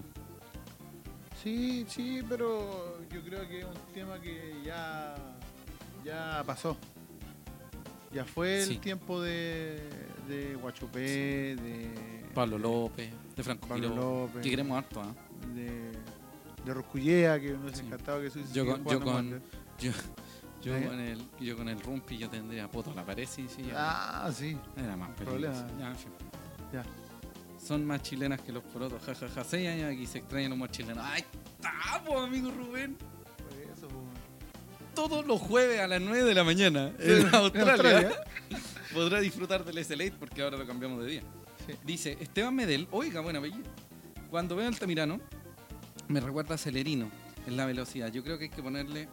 A: Sí, sí, pero yo creo que es un tema que ya, ya pasó. Ya fue el
B: Sí.
A: tiempo de, de Guachupé, de
B: Pablo López, de Franco
A: Pablo
B: Quiroga,
A: López,
B: que queremos harto, ¿ah?
A: de, de Ruscullea, que nos
B: Sí.
A: encantaba que su
B: Yo
A: siga
B: con-
A: jugando
B: yo con-
A: Marvel.
B: Yo,
A: ¿Eh?
B: con el, yo con el rumpi yo tendría poto a la pared, sí, sí. ya.
A: Ah, sí.
B: Era más peligroso.
A: Problema.
B: Ya, en fin.
A: Ya.
B: Son más chilenas que los porotos, jajaja. Seis años aquí se extraña el humor chileno. ¡Ay, estamos, amigo Rubén!
A: Por eso, po.
B: Todos los jueves a las 9 de la mañana en Australia,
A: Australia.
B: podrá disfrutar del SLA porque ahora lo cambiamos de día.
A: Sí.
B: Dice Esteban Medel, oiga, buen apellido. Cuando veo Altamirano, me recuerda a Celerino en la velocidad. Yo creo que hay que ponerle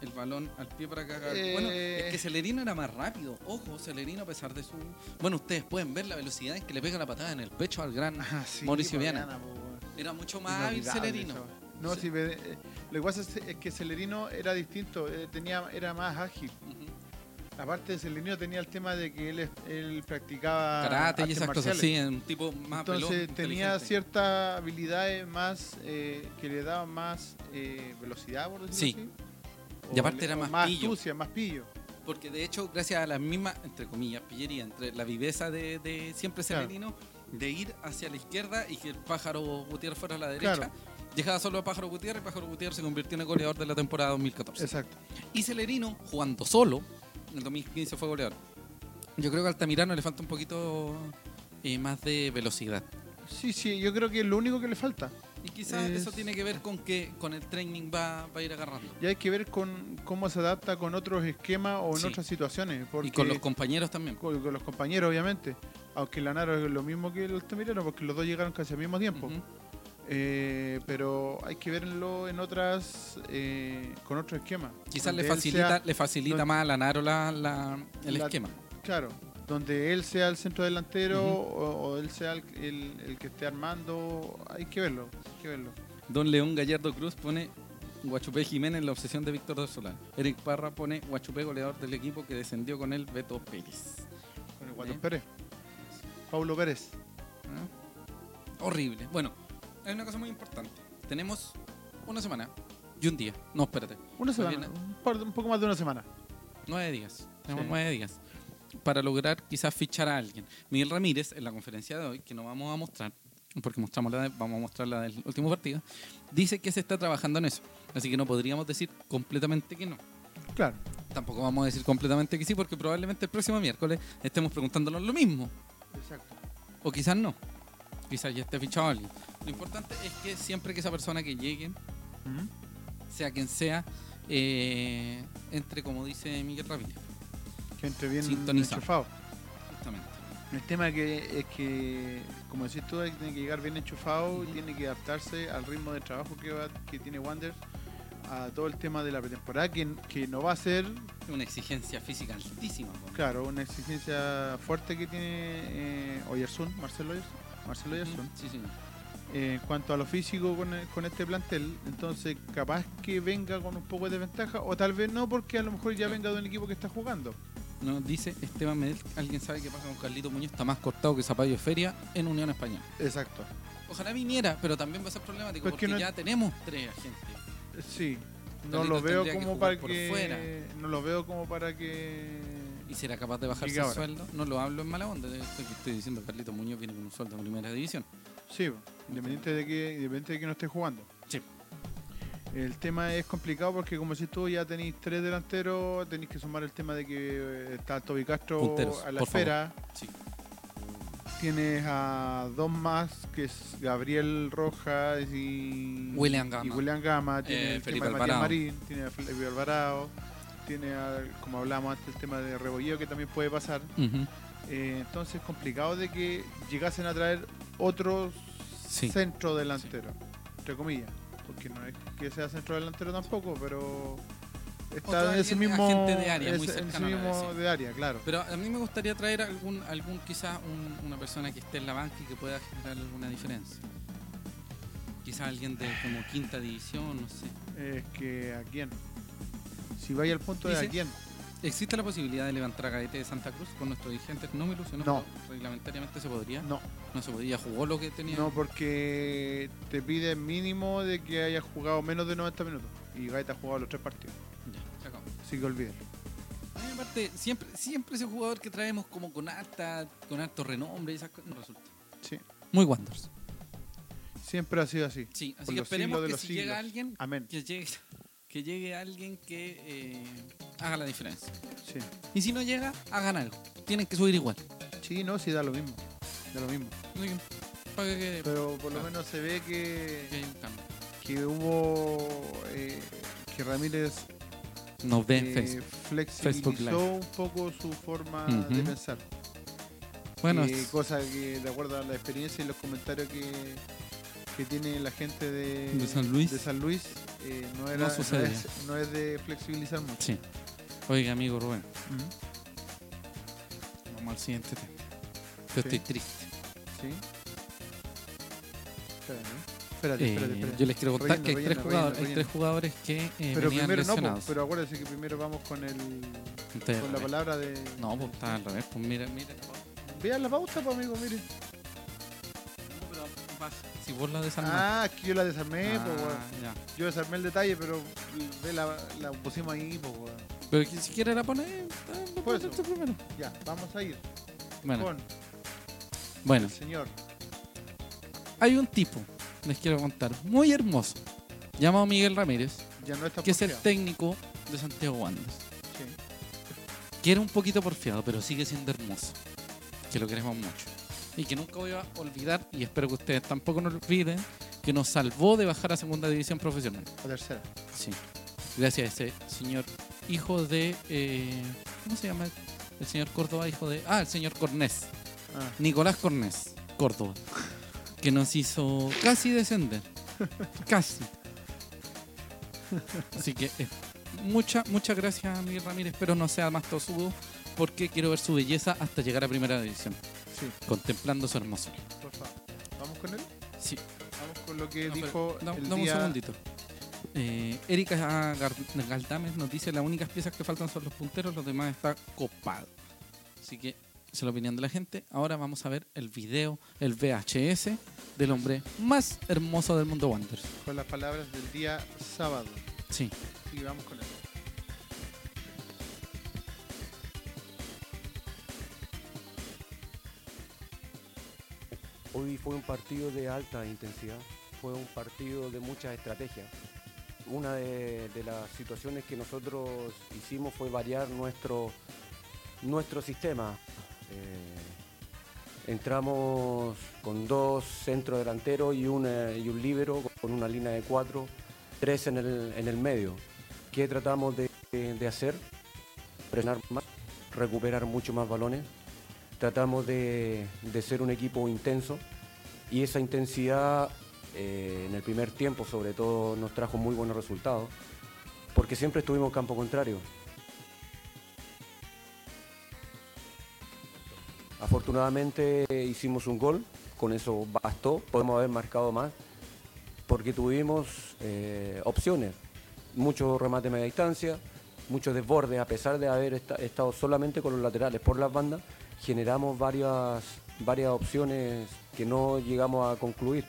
B: el balón al pie para cagar. Bueno,
A: Eh.
B: es que Celerino era más rápido. Ojo, Celerino a pesar de su... Bueno, ustedes pueden ver la velocidad en que le pega la patada en el pecho al gran...
A: Ah, sí,
B: Mauricio
A: po,
B: Viana.
A: po, weón.
B: Era mucho más hábil
A: Inolvidable
B: Celerino.
A: esa weá. No,
B: Sí.
A: sí, ve- eh, lo que pasa es, es que Celerino era distinto, eh, tenía, era más ágil.
B: Ujú.
A: Aparte de Celerino tenía el tema de que él, es- él practicaba
B: Karate y
A: Ah, artes
B: esas cosas
A: marciales.
B: así, un tipo más
A: Entonces
B: veloz,
A: tenía
B: inteligente.
A: ciertas habilidades más eh, que le daban más eh, velocidad, por decirlo
B: Sí.
A: así.
B: Y aparte
A: le-
B: era más
A: más
B: pillo.
A: astucia, más pillo.
B: Porque de hecho, gracias a la misma, entre comillas, pillería, entre la viveza de, de siempre
A: Claro.
B: Severino, de ir hacia la izquierda y que el pájaro Gutiérrez fuera a la derecha,
A: Claro.
B: dejaba solo a pájaro Gutiérrez y pájaro Gutiérrez se convirtió en el goleador de la temporada 2014.
A: Exacto.
B: Y Celerino, jugando solo, en el 2015 fue goleador. Yo creo que a Altamirano le falta un poquito eh, más de velocidad.
A: Sí, sí, yo creo que es lo único que le falta.
B: Y quizás
A: Es-
B: eso tiene que ver con que con el training va, va a ir agarrando.
A: Y hay que ver con cómo se adapta con otros esquemas o en
B: Sí.
A: otras situaciones. Porque
B: Y con los compañeros también.
A: con- con los compañeros, obviamente. Aunque Lanaro es lo mismo que el Altamirano, porque los dos llegaron casi al mismo tiempo.
B: Ujú.
A: Eh, pero hay que verlo en otras, eh, con otro esquema.
B: Quizás le
A: Donde él
B: facilita,
A: sea-
B: le facilita
A: donde-
B: más a Lanaro la, la- el
A: La-
B: esquema.
A: Claro, donde él sea el centro delantero
B: Ujú.
A: o, o él sea el, el- el que esté armando, hay que verlo, hay que verlo.
B: Don León Gallardo Cruz pone Guachupé Jiménez la obsesión de Víctor del Solar. Eric Parra pone Guachupé goleador del equipo que descendió con él Beto Pérez.
A: Con el Guatón
B: ¿Eh?
A: Pérez. Paulo Pérez.
B: ¿Ah? Horrible. Bueno, hay una cosa muy importante. Tenemos una semana y un día. No, espérate.
A: Una
B: Muy
A: semana,
B: bien.
A: un, par- un poco más de una semana.
B: Nueve días. Tenemos
A: Sí.
B: nueve días. Para lograr quizás fichar a alguien. Miguel Ramírez, en la conferencia de hoy, que no vamos a mostrar, porque mostramos la de- vamos a mostrar la del último partido, dice que se está trabajando en eso. Así que no podríamos decir completamente que no.
A: Claro,
B: Tampoco vamos a decir completamente que sí, porque probablemente el próximo miércoles estemos preguntándonos lo mismo.
A: exacto.
B: O quizás no. Quizás ya esté fichado alguien. Lo importante es que siempre que esa persona que llegue
A: Ujú.
B: sea quien sea, eh, entre como dice Miguel Ramírez.
A: Gente bien
B: Sintonizado.
A: enchufado.
B: Justamente.
A: El tema que es que, como decís tú, hay- tiene que llegar bien enchufado,
B: Ujú.
A: tiene que adaptarse al ritmo de trabajo que, va- que tiene Wander, a todo el tema de la pretemporada, que, que no va a ser
B: una exigencia física altísima. po.
A: Claro, una exigencia fuerte que tiene eh, Oyarzún, Marcelo Oyarzún, Marcelo Oyarzún,
B: Sí, señor.
A: eh, en cuanto a lo físico con, con este plantel. Entonces, capaz que venga con un poco de ventaja, o tal vez no, porque a lo mejor ya venga de un equipo que está jugando.
B: No, dice Esteban Medel, alguien sabe qué pasa con Carlito Muñoz, está más cortado que Zapallo de Feria en Unión Española.
A: Exacto.
B: Ojalá viniera, pero también va a ser problemático
A: Pero es
B: porque
A: Pues que no-
B: ya tenemos tres agentes.
A: Sí, no
B: Carlitos
A: lo veo
B: tendría que
A: como
B: jugar
A: para
B: por
A: que.
B: fuera.
A: No lo veo como para que.
B: ¿Y será capaz de bajarse
A: Diga
B: el
A: ahora.
B: sueldo? No lo hablo en mala onda, esto que estoy diciendo, Carlito Muñoz viene con un sueldo en primera división.
A: Sí, independiente de que, independiente de que no esté jugando.
B: Sí.
A: El tema es complicado porque como si tú ya tenéis tres delanteros, tenéis que sumar el tema de que eh, está Toby Castro
B: Punteros,
A: a la
B: por favor.
A: espera,
B: Sí.
A: tienes a dos más que es Gabriel Rojas y
B: William Gama.
A: y William Gama, tiene
B: Eh,
A: el tema
B: Felipe
A: de Matías
B: Alvarado.
A: Marín, tiene a Felipe Alvarado, tiene al- como hablábamos antes el tema de Rebolledo que también puede pasar.
B: Ujú.
A: Eh, entonces complicado de que llegasen a traer otros
B: Sí.
A: centro delantero, entre comillas, porque no es que sea centro delantero tampoco, pero está
B: Otro
A: en ese
B: alguien,
A: mismo
B: agente de área, muy
A: ese- en ese
B: cercano a la
A: mismo
B: DC.
A: de área, claro.
B: Pero a mí me gustaría traer algún, algún quizás un- una persona que esté en la banca y que pueda generar alguna diferencia. Quizás alguien de como quinta división, no sé.
A: Es que a quién, si vaya al punto de
B: Dice-
A: a quién,
B: ¿Existe la posibilidad de levantar a Cadete de Santa Cruz con nuestros dirigentes? No me ilusionó.
A: No.
B: pero Reglamentariamente se podría.
A: no,
B: No se podía. Jugó lo que tenía.
A: no porque te pide mínimo de que haya jugado menos de 90 minutos y Gaeta ha jugado los tres partidos,
B: Ya, se acabó.
A: así que olvídalo.
B: A mí, aparte, siempre, siempre ese jugador que traemos como con alta, con alto renombre y esas cosas, no resulta.
A: Sí,
B: Muy Wanderers.
A: siempre ha sido así. Por
B: Sí, así que
A: los siglos
B: esperemos
A: de
B: que
A: los
B: si llega
A: siglos.
B: alguien,
A: Amén.
B: que llegue, que llegue alguien que eh, haga la diferencia.
A: Sí.
B: Y si no llega, hagan algo. Tienen que subir igual.
A: sí, no, sí, da lo mismo. Da lo mismo.
B: Para que,
A: Pero por lo
B: Ah.
A: menos se ve
B: que
A: que,
B: haya un cambio.
A: que hubo. eh, que Ramírez
B: Nos ven
A: eh,
B: Facebook. Facebook Live.
A: flexibilizó un poco su forma de
B: Ujú.
A: pensar.
B: Bueno,
A: Eh,
B: es-
A: cosa que de acuerdo a la experiencia y los comentarios que, que tiene la gente de,
B: De San Luis.
A: de San Luis, eh, no, era, no,
B: sucede.
A: es, no es de flexibilizar mucho.
B: sí. Oiga, amigo Rubén, vamos al siguiente tema. Yo
A: Sí.
B: estoy triste.
A: ¿Sí? Espera, ¿no? Espérate, espérate,
B: Eh,
A: espérate.
B: Yo les quiero contar
A: Relleno,
B: que hay,
A: relleno,
B: tres, jugadores,
A: relleno,
B: hay tres
A: relleno.
B: jugadores que eh,
A: Pero
B: venían
A: primero no,
B: lesionados.
A: pues, pero acuérdense que primero vamos con el
B: Entonces,
A: con la palabra Ah, de.
B: No, pues está al revés. Pues mira, mira. No,
A: Vean la pauta, pues amigo, mire.
B: pero baja. Si vos la desarmas.
A: Ah, aquí yo la desarmé, pues
B: Ah,
A: weón.
B: ya.
A: Yo desarmé el detalle, pero ve la, la pusimos ahí, pues weón.
B: Pero que si quiere la pone, lo
A: Por
B: pone
A: eso.
B: tú primero.
A: Ya, vamos a ir
B: Bueno,
A: con
B: bueno,
A: el señor.
B: hay un tipo, les quiero contar, muy hermoso, llamado Miguel Ramírez,
A: Ya no está
B: que es el
A: porfiado.
B: técnico de Santiago Wanderers,
A: Sí.
B: que era un poquito porfiado, pero sigue siendo hermoso, que lo queremos mucho. Y que nunca voy a olvidar, y espero que ustedes tampoco nos olviden, que nos salvó de bajar a segunda división profesional.
A: La tercera.
B: Sí. Gracias a ese señor, hijo de... eh, ¿Cómo se llama? El señor Córdoba, hijo de... Ah, el señor Cornés.
A: Ah,
B: Nicolás Cornés, Córdoba, que nos hizo casi descender. Casi. Así que eh, mucha, muchas gracias a Miguel Ramírez, espero no sea más tosudo, porque quiero ver su belleza hasta llegar a primera división,
A: sí,
B: contemplando su hermosura.
A: por favor. ¿Vamos con él?
B: Sí,
A: Vamos con lo que
B: No, pero-
A: dijo
B: da-
A: el
B: dame
A: día...
B: un segundito. Eh, Erika Gar- Galdames nos dice las únicas piezas que faltan son los punteros, los demás está copado. Así que esa es la opinión de la gente. Ahora vamos a ver el video, el VHS del hombre más hermoso del mundo Wander.
A: Con las palabras del día sábado.
B: Sí.
A: Y vamos con él.
C: Hoy fue un partido de alta intensidad, fue un partido de muchas estrategias. Una de, de las situaciones que nosotros hicimos fue variar nuestro, nuestro sistema. Eh, entramos con dos centrodelanteros y, un, eh, y un líbero, con una línea de cuatro, tres en el, en el medio. ¿Qué tratamos de, de hacer? Presionar más, recuperar mucho más balones tratamos de, de ser un equipo intenso y esa intensidad eh, en el primer tiempo sobre todo nos trajo muy buenos resultados porque siempre estuvimos en campo contrario. Afortunadamente eh, hicimos un gol, con eso bastó, podemos haber marcado más porque tuvimos eh, opciones, muchos remates media distancia, muchos desbordes, a pesar de haber esta- estado solamente con los laterales por las bandas, generamos varias, varias opciones que no llegamos a concluir.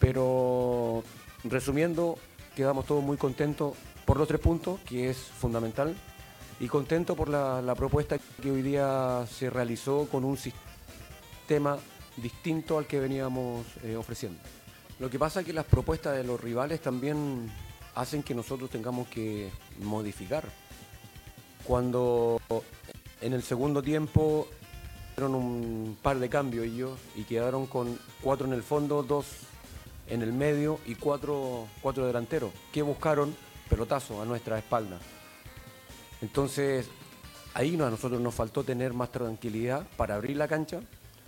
C: Pero resumiendo, quedamos todos muy contentos por los tres puntos, que es fundamental, y contento por la, la propuesta que hoy día se realizó con un sistema distinto al que veníamos eh, ofreciendo. Lo que pasa es que las propuestas de los rivales también hacen que nosotros tengamos que modificar. Cuando en el segundo tiempo hicieron un par de cambios ellos y quedaron con cuatro en el fondo, dos en el medio y cuatro, cuatro delanteros, que buscaron pelotazo a nuestra espalda. Entonces, ahí no- a nosotros nos faltó tener más tranquilidad para abrir la cancha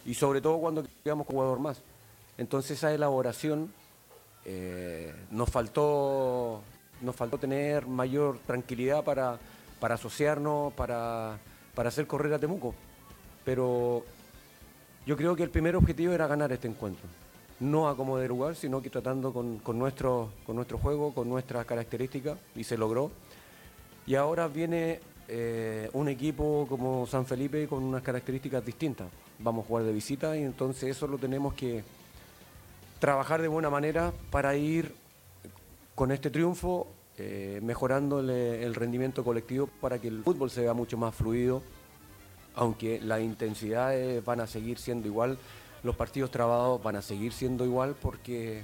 C: y sobre todo cuando quedamos con jugador más. Entonces esa elaboración eh, nos faltó nos faltó tener mayor tranquilidad para, para asociarnos, para, para hacer correr a Temuco. Pero yo creo que el primer objetivo era ganar este encuentro. No a como de lugar, sino que tratando con, con nuestro, con nuestro juego, con nuestras características, y se logró. Y ahora viene eh, un equipo como San Felipe con unas características distintas. Vamos a jugar de visita y entonces eso lo tenemos que trabajar de buena manera para ir con este triunfo eh, mejorándole el rendimiento colectivo para que el fútbol se vea mucho más fluido, aunque las intensidades van a seguir siendo igual, los partidos trabados van a seguir siendo igual, porque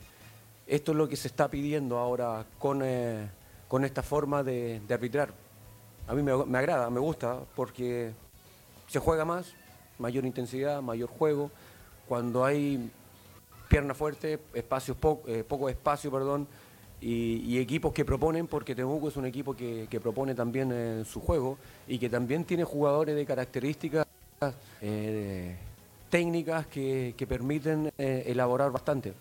C: esto es lo que se está pidiendo ahora con, eh, con esta forma de, de arbitrar. A mí me, me agrada, me gusta, porque se juega más, mayor intensidad, mayor juego. Cuando hay pierna fuerte, espacios po- eh, poco espacio, perdón, y, y equipos que proponen, porque Temuco es un equipo que, que propone también eh, su juego y que también tiene jugadores de características eh, técnicas que, que permiten eh, elaborar bastante.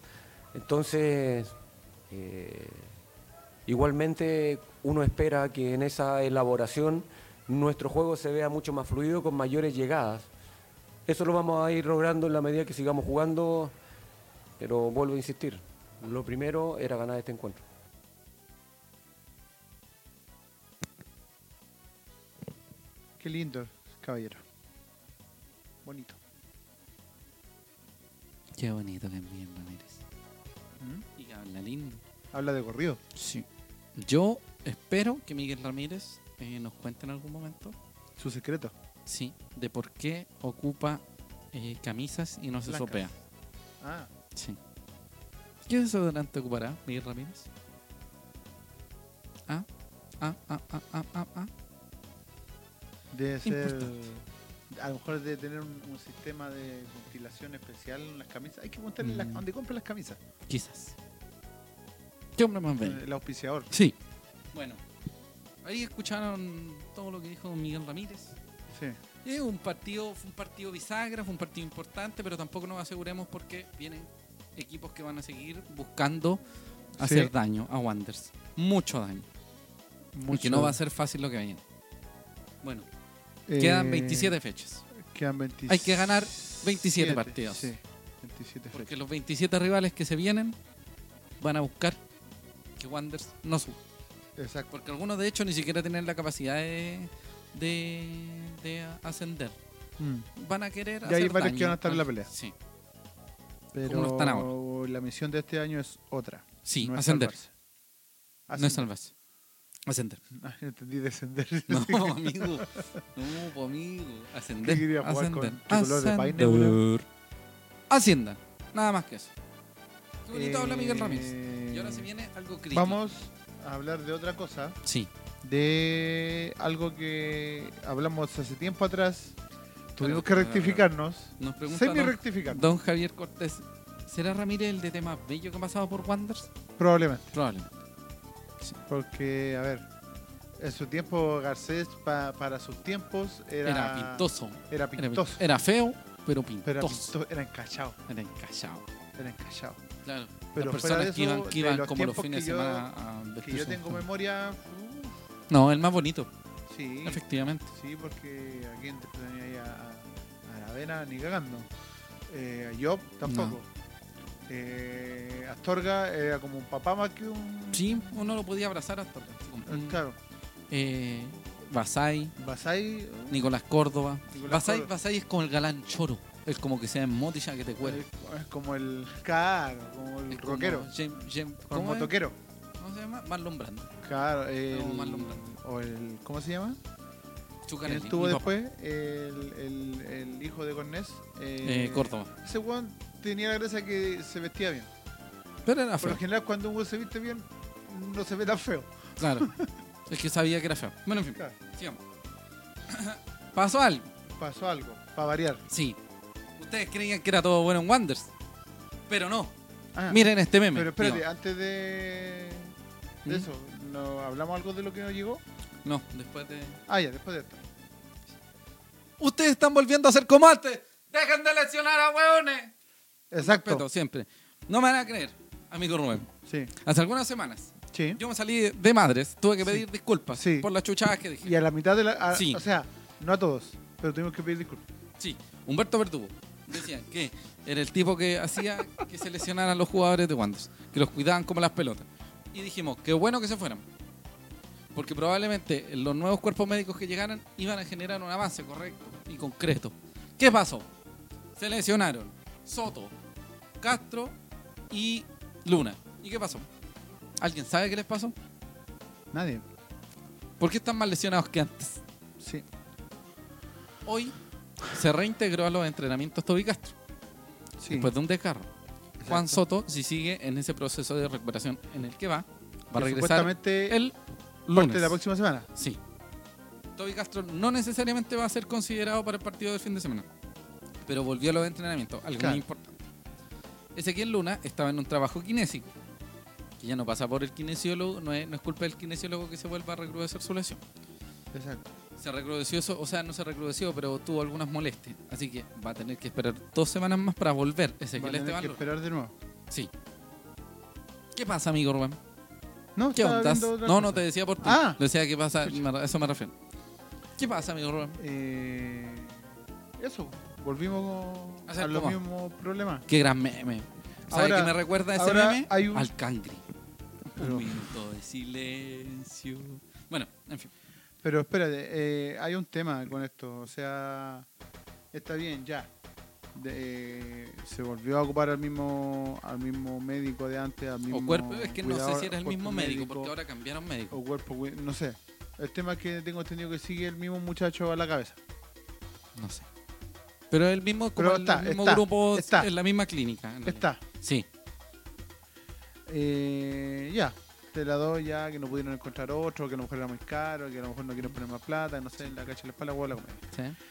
C: Entonces, eh, igualmente uno espera que en esa elaboración nuestro juego se vea mucho más fluido con mayores llegadas. Eso lo vamos a ir logrando en la medida que sigamos jugando, pero vuelvo a insistir, lo primero era ganar este encuentro.
A: Qué lindo, caballero. Bonito.
B: Qué bonito que es Miguel Ramírez.
A: ¿Mm?
B: Y habla lindo.
A: Habla de corrido.
B: Sí. Yo espero que Miguel Ramírez eh, nos cuente en algún momento,
A: Su secreto.
B: sí, de por qué ocupa eh, camisas y no se
A: Blancas.
B: sopea.
A: Ah,
B: Sí. ¿Qué desodorante ocupará Miguel Ramírez? Ah, ah, ah, ah, ah, ah, ah.
A: debe ser.
B: Importante.
A: A lo mejor debe tener un, un sistema de ventilación especial en las camisas. Hay que preguntarle la-
B: Mm.
A: dónde compra las camisas.
B: Quizás. ¿Qué hombre más bello?
A: El auspiciador.
B: Sí. Bueno, ahí escucharon todo lo que dijo Miguel Ramírez.
A: Sí.
B: Es un partido, fue un partido bisagra, fue un partido importante, pero tampoco nos aseguremos porque vienen equipos que van a seguir buscando hacer
A: Sí.
B: daño a Wanders. Mucho daño. Porque no va a ser fácil lo que viene. Bueno,
A: Eh,
B: quedan 27 fechas.
A: Quedan 27.
B: Hay que ganar 27 partidos.
A: Sí, 27
B: Porque
A: fechas.
B: los 27 rivales que se vienen van a buscar que Wanders no suba.
A: Exacto.
B: Porque algunos de hecho ni siquiera tienen la capacidad de, de, de ascender.
A: Mm.
B: Van a querer
A: Y
B: hacer
A: hay varios
B: daño
A: que van a estar en la
B: al-
A: pelea.
B: Sí,
A: Pero
B: Como no están ahora.
A: la misión de este año es otra.
B: sí
A: no es
B: ascender.
A: salvarse.
B: No es salvarse. Ascender.
A: Ah, Entendí descender.
B: No, amigo. No, po, amigo. Ascender.
A: ¿Qué quería jugar
B: ascender.
A: con tricolor de
B: ascender.
A: Paine,
B: Hacienda. Nada más que eso. Qué bonito
A: Eh,
B: habla Miguel Ramírez. Y ahora se viene algo crítico.
A: Vamos a hablar de otra cosa,
B: Sí.
A: de algo que hablamos hace tiempo atrás. Tuvimos
B: Pero-
A: que rectificarnos,
B: Nos pregunta
A: semi
B: don,
A: rectificarnos,
B: don Javier Cortés. ¿Será Ramírez el de tema bello que ha pasado por Wanders?
A: probablemente,
B: Probablemente.
A: porque a ver, en su tiempo Garcés pa- para sus tiempos era,
B: Era, pintoso.
A: Era
B: Era,
A: pintoso,
B: pin- era feo, pero pintoso.
A: pero
B: Era,
A: era, pinto- era encachado,
B: encallado.
A: era encachado.
B: Claro.
A: Pero
B: Las
A: fuera
B: personas
A: de
B: que iban,
A: eso,
B: que iban
A: de los
B: como los
A: tiempos
B: fines
A: que
B: de
A: yo-
B: semana a
A: Que
B: vestirse.
A: yo tengo memoria, uh,
B: No, el más bonito,
A: sí,
B: efectivamente.
A: Sí, porque aquí en tenía ahí a, a Aravena ni cagando. Eh, a Job tampoco. Eh, Astorga era como un papá más que un.
B: Sí, uno lo podía abrazar hasta acá, así como,
A: Eh,
B: mm.
A: Claro,
B: Eh, Basay,
A: Basay.
B: Nicolás Córdoba.
A: Nicolás
B: Basay,
A: Córdoba.
B: Basay es como el galán choro. Es como que sea en moto y ya que te cuela.
A: eh, Es como el. Claro, como el
B: Es como
A: rockero.
B: Jam-
A: Como
B: Jam-
A: el
B: ¿cómo, es?
A: motoquero.
B: ¿Cómo se llama? Marlon Brando.
A: Claro, el.
B: Como Marlon Brando.
A: O el. ¿Cómo se llama? ¿Quién
B: Chucanelli,
A: estuvo
B: mi papá.
A: después? El, el, el hijo de Cornés. eh,
B: Eh, Córdoba.
A: Ese weón tenía la gracia que se vestía bien.
B: Pero era
A: Por
B: feo.
A: lo general, cuando un weón se viste bien, no se ve tan feo.
B: Claro. es que sabía que era feo. Bueno, en fin,
A: Claro.
B: sigamos. Pasó algo.
A: pasó algo, para variar.
B: Sí. Ustedes creían que era todo bueno en Wonders. Pero no.
A: Ah,
B: Miren este meme.
A: pero espérate,
B: digamos.
A: antes de, de
B: ¿Mm?
A: eso, ¿no ¿hablamos algo de lo que nos llegó?
B: No, después de.
A: Ah, ya, después de esto.
B: Ustedes están volviendo a ser como antes. Dejen de lesionar a hueones.
A: Exacto.
B: Respeto, siempre. No me van a creer, amigo Rubén.
A: Sí,
B: Hace algunas semanas
A: sí.
B: yo me salí de madres. Tuve que
A: Sí.
B: pedir disculpas
A: Sí.
B: por las chuchadas que dije.
A: Y a la mitad de la. a-
B: Sí.
A: O sea, no a todos, pero tuvimos que pedir disculpas.
B: Sí, Humberto Verdugo. Decían que era el tipo que hacía que se lesionaran los jugadores de Wanderers, que los cuidaban como las pelotas. Y dijimos, qué bueno que se fueran. Porque probablemente los nuevos cuerpos médicos que llegaran iban a generar un avance correcto y concreto. ¿Qué pasó? Se lesionaron Soto, Castro y Luna. ¿Y qué pasó? ¿Alguien sabe qué les pasó?
A: Nadie.
B: ¿Por qué están más lesionados que antes?
A: Sí.
B: Hoy se reintegró a los entrenamientos Toby Castro.
A: sí.
B: después de un desgarro. Juan
A: Exacto.
B: Soto, si sigue en ese proceso de recuperación en el que va,
A: Que
B: va a regresar
A: Supuestamente
B: el
A: parte
B: lunes.
A: de la próxima semana.
B: Sí. Toby Castro no necesariamente va a ser considerado para el partido del fin de semana, pero volvió a los entrenamientos, algo
A: Claro.
B: muy importante. Ezequiel Luna estaba en un trabajo kinésico, que ya no pasa por el kinesiólogo, no es, no es culpa del kinesiólogo que se vuelva a recrudecer su lesión.
A: Exacto.
B: Se recrudeció, eso, o sea, no se recrudeció, pero tuvo algunas molestias. Así que va a tener que esperar dos semanas más para volver.
A: Van a
B: Ezequiel este
A: tener
B: Esteban
A: que
B: Luna.
A: esperar de nuevo.
B: Sí. ¿Qué pasa, amigo Rubén?
A: No,
B: ¿Qué
A: estaba
B: onda?
A: viendo otra
B: No, no,
A: cosa.
B: te decía por ti.
A: Ah.
B: Lo decía que pasa, me re- a eso me refiero. ¿Qué pasa, amigo Rubén?
A: Eh, eso, volvimos
B: A ser
A: a los
B: como-
A: mismos problemas.
B: Qué gran meme. ¿Sabes
A: Ahora-
B: qué me recuerda a ese
A: ahora
B: meme?
A: hay un-
B: Al cangri.
A: Pero-
B: Un minuto de silencio. Bueno, en fin.
A: Pero espérate, eh, hay un tema con esto. O sea, está bien, ya. De- eh, se volvió a ocupar al mismo al mismo médico de antes, al mismo.
B: O cuerpo, es que no sé
A: cuidador-
B: si era el
A: cuerpo
B: mismo médico, porque ahora cambiaron médico.
A: O cuerpo, cui- no sé. El tema es que tengo entendido que sigue el mismo muchacho a la cabeza.
B: No sé. Pero es el mismo, como
A: Oh. Pero
B: el
A: está,
B: mismo
A: está,
B: grupo,
A: está.
B: en la misma clínica. en realidad.
A: Está.
B: Sí.
A: Eh, ya, te la doy ya, que no pudieron encontrar otro, que a lo mejor era muy caro, que a lo mejor no quieren poner más plata, no sé, la cacha en la espalda, huevo la comedia.
B: sí.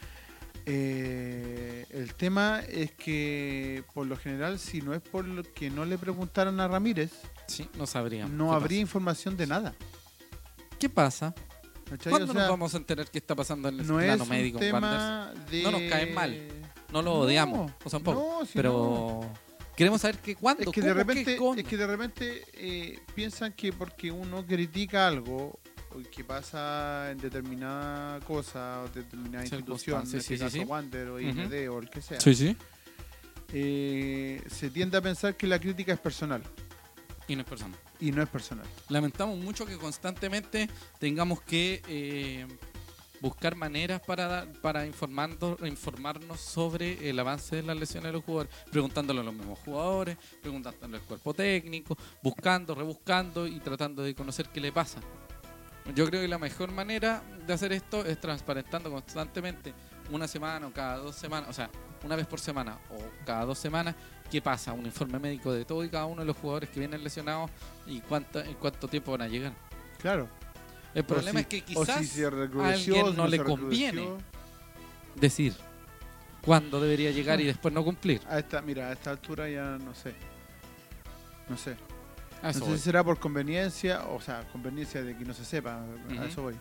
A: Eh, el tema es que, por lo general, si no es por lo que no le preguntaron a Ramírez,
B: Sí, no sabríamos.
A: no
B: ¿Qué
A: habría información de nada.
B: pasa? ¿Qué pasa?
A: ¿cachai?
B: ¿Cuándo
A: O sea,
B: nos vamos a enterar qué está pasando en el
A: no es
B: plano
A: un
B: médico? Wanderers?
A: tema de...
B: No nos caen mal, No lo odiamos, o sea, un poco.
A: no, si no.
B: pero queremos saber que cuándo,
A: Es que, de
B: cómo, qué,
A: repente,
B: cuándo.
A: es que de repente eh, piensan que porque uno critica algo o que pasa en determinada cosa o determinada institución, en
B: Circunstancia, sí,
A: este
B: sí,
A: caso
B: sí.
A: Wander o
B: Ujú.
A: IND o el que sea,
B: Sí, sí.
A: eh, se tiende a pensar que la crítica es personal
B: Y no es persona.
A: y no es personal.
B: Lamentamos mucho que constantemente tengamos que eh, buscar maneras para, dar- para informando, informarnos sobre el avance de las lesiones de los jugadores, preguntándole a los mismos jugadores, preguntándole al cuerpo técnico, buscando, rebuscando y tratando de conocer qué le pasa. Yo creo que la mejor manera de hacer esto es transparentando constantemente una semana o cada dos semanas, o sea, una vez por semana o cada dos semanas, qué pasa, un informe médico de todo y cada uno de los jugadores que vienen lesionados y cuánto, en cuánto tiempo van a llegar.
A: Claro.
B: El
A: O
B: problema
A: si-
B: es que
A: o
B: quizás
A: si se recrudeció,
B: a alguien
A: si
B: no le
A: se
B: conviene.
A: recrudeció.
B: decir cuándo debería llegar y después no cumplir.
A: A esta, mira, a esta altura ya no sé. No sé.
B: A eso
A: no sé si será por conveniencia, o sea, conveniencia de que no se sepa,
B: Ujú.
A: a eso voy.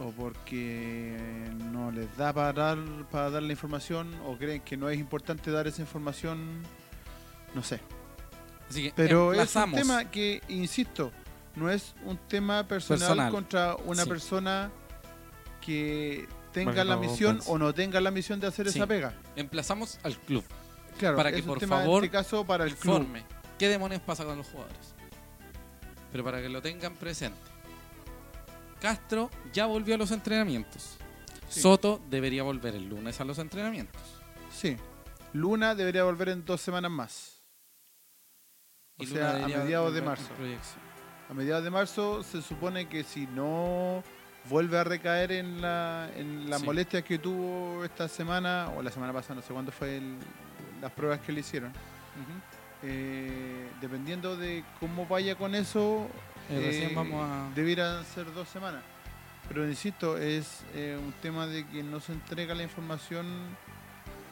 A: O porque no les da para dar, para dar la información, o creen que no es importante dar esa información, no sé.
B: voy. Así que
A: Pero es un
B: emplazamos.
A: tema que, insisto, no es un tema personal,
B: Personal.
A: contra una
B: Sí.
A: persona que tenga
C: Valga
A: la
C: la
A: misión
C: redundancia.
A: o no tenga la misión de hacer
B: Sí.
A: esa pega.
B: Emplazamos al club.
A: Claro,
B: Para que,
A: es un
B: por
A: tema,
B: favor,
A: en este caso para el club.
B: Informe. ¿Qué demonios pasa con los jugadores? Pero para que lo tengan presente. Castro ya volvió a los entrenamientos.
A: Sí.
B: Soto debería volver el lunes a los entrenamientos.
A: Sí. Luna debería volver en dos semanas más. O sea, a
B: debería
A: mediados de
B: volver con
A: marzo.
B: proyección.
A: A mediados de marzo se supone que si no vuelve a recaer en, la, en las
B: Sí.
A: molestias que tuvo esta semana o la semana pasada, no sé cuándo fue el- las pruebas que le hicieron.
B: Ujú.
A: eh, dependiendo de cómo vaya con eso,
B: Eh, recién
A: eh,
B: vamos a...
A: debieran ser dos semanas. Pero insisto, es eh, un tema de que no se entrega la información